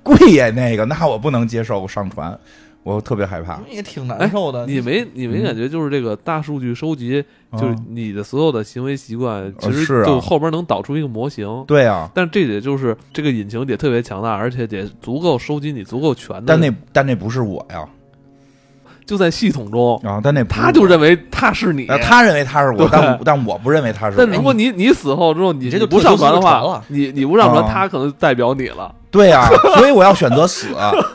B: 贵呀那个，那我不能接受我上传，我特别害怕。
C: 也挺难受
B: 呃
C: 的。
A: 哎你没你没感觉就是这个大数据收集，就是
B: 嗯
A: 你的所有的行为习惯，其
B: 是
A: 实
B: 啊
A: 就后边能导出一个模型。
B: 对啊，
A: 但这得就是这个引擎得特别强大，而且得足够收集你足够全的。
B: 但那但那不是我呀，
A: 就在系统中，
B: 啊，但那不是
A: 他
B: 我
A: 就认为他是你。
B: 呃，他认为他是我，
A: 对
B: 但我但我不认为他是我。
A: 但如果你你死后之后，你
C: 这就
A: 你不上传的
C: 特修斯就传
A: 话
C: 了，
A: 你你不上传，
B: 啊
A: 他可能代表你了。
B: 对啊，所以我要选择死，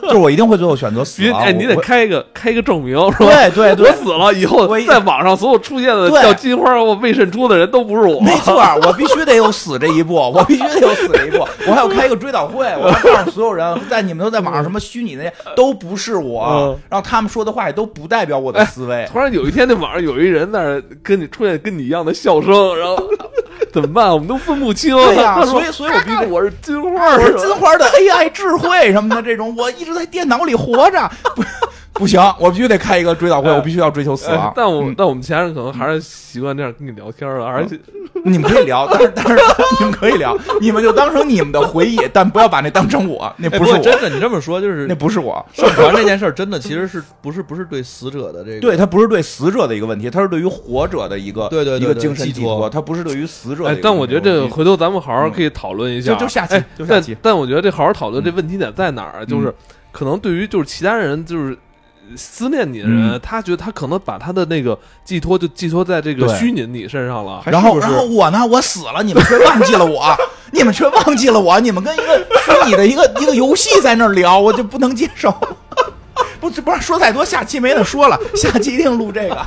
B: 就是我一定会最后选择死
A: 别
B: 啊。
A: 哎，
B: 我
A: 你得
B: 我
A: 开一个开一个证明，是吧？
B: 对对
A: 我
B: 对，
A: 死了以后
B: 我一，
A: 在网上所有出现的
B: 对
A: 叫金花或魏慎珠的人都不是我。
B: 没错，我必须得有死这一步，我必须得有死这一步。我还要开一个追悼会，我要告诉所有人，在你们都在网上什么虚拟那些都不是我
A: 嗯，哎
B: 然后他们说的话也都不代表我的思维。
A: (laughs) 突然有一天，那网上有一人在那儿跟你出现跟你一样的笑声，然后 (laughs) 怎么办？我们都分不清。啊
B: 对呀
A: (laughs) 他说
B: 所以所以我必须
A: 啊我是金花，
B: 我
A: 是
B: 是
A: 吧
B: 金花的 AI 智慧什么的这种，我一直在电脑里活着，不 (laughs) 不行，我必须得开一个追悼会，我必须要追求死
A: 哎
B: 亡。
A: 但我但我们其他人可能还是习惯这样跟你聊天了，而且
B: 你们可以聊，但是但是你们可以聊，你们就当成你们的回忆，但不要把那当成 (laughs) 我，那
C: 哎
B: 不是
C: 过
B: 我，
C: 真的，你这么说就是
B: 那不是我。
C: 上传这件事儿，真的其实是不是不是对死者的这个
B: 对，他不是对死者的一个问题，他是对于活者的一个
C: 对对对
B: 一个
C: 对
B: 精神
C: 寄
B: 寄
C: 托
B: 托，他不是对于死者的一
A: 哎
B: 个，
A: 但我觉得这
B: 问
A: 个
B: 题
A: 回头咱们好好可以讨论一下，
B: 就就下期
A: 哎
B: 就下
A: 但
B: 期
A: 但我觉得这好好讨论这问题点在哪儿，啊就是
B: 嗯
A: 可能对于就是其他人就是。思念你的人，
B: 嗯
A: 他觉得他可能把他的那个寄托就寄托在这个
B: 对
A: 虚拟你身上了，
B: 然后，
C: 还是
B: 然
C: 不是
B: 后我呢？我死了，你们却忘记了我， (laughs) 你们却忘记了我，你们跟一个虚拟的一个 (laughs) 一个游戏在那儿聊， (laughs) 我就不能接受。不，这不是说太多，下期没得说了，下期一定录这个。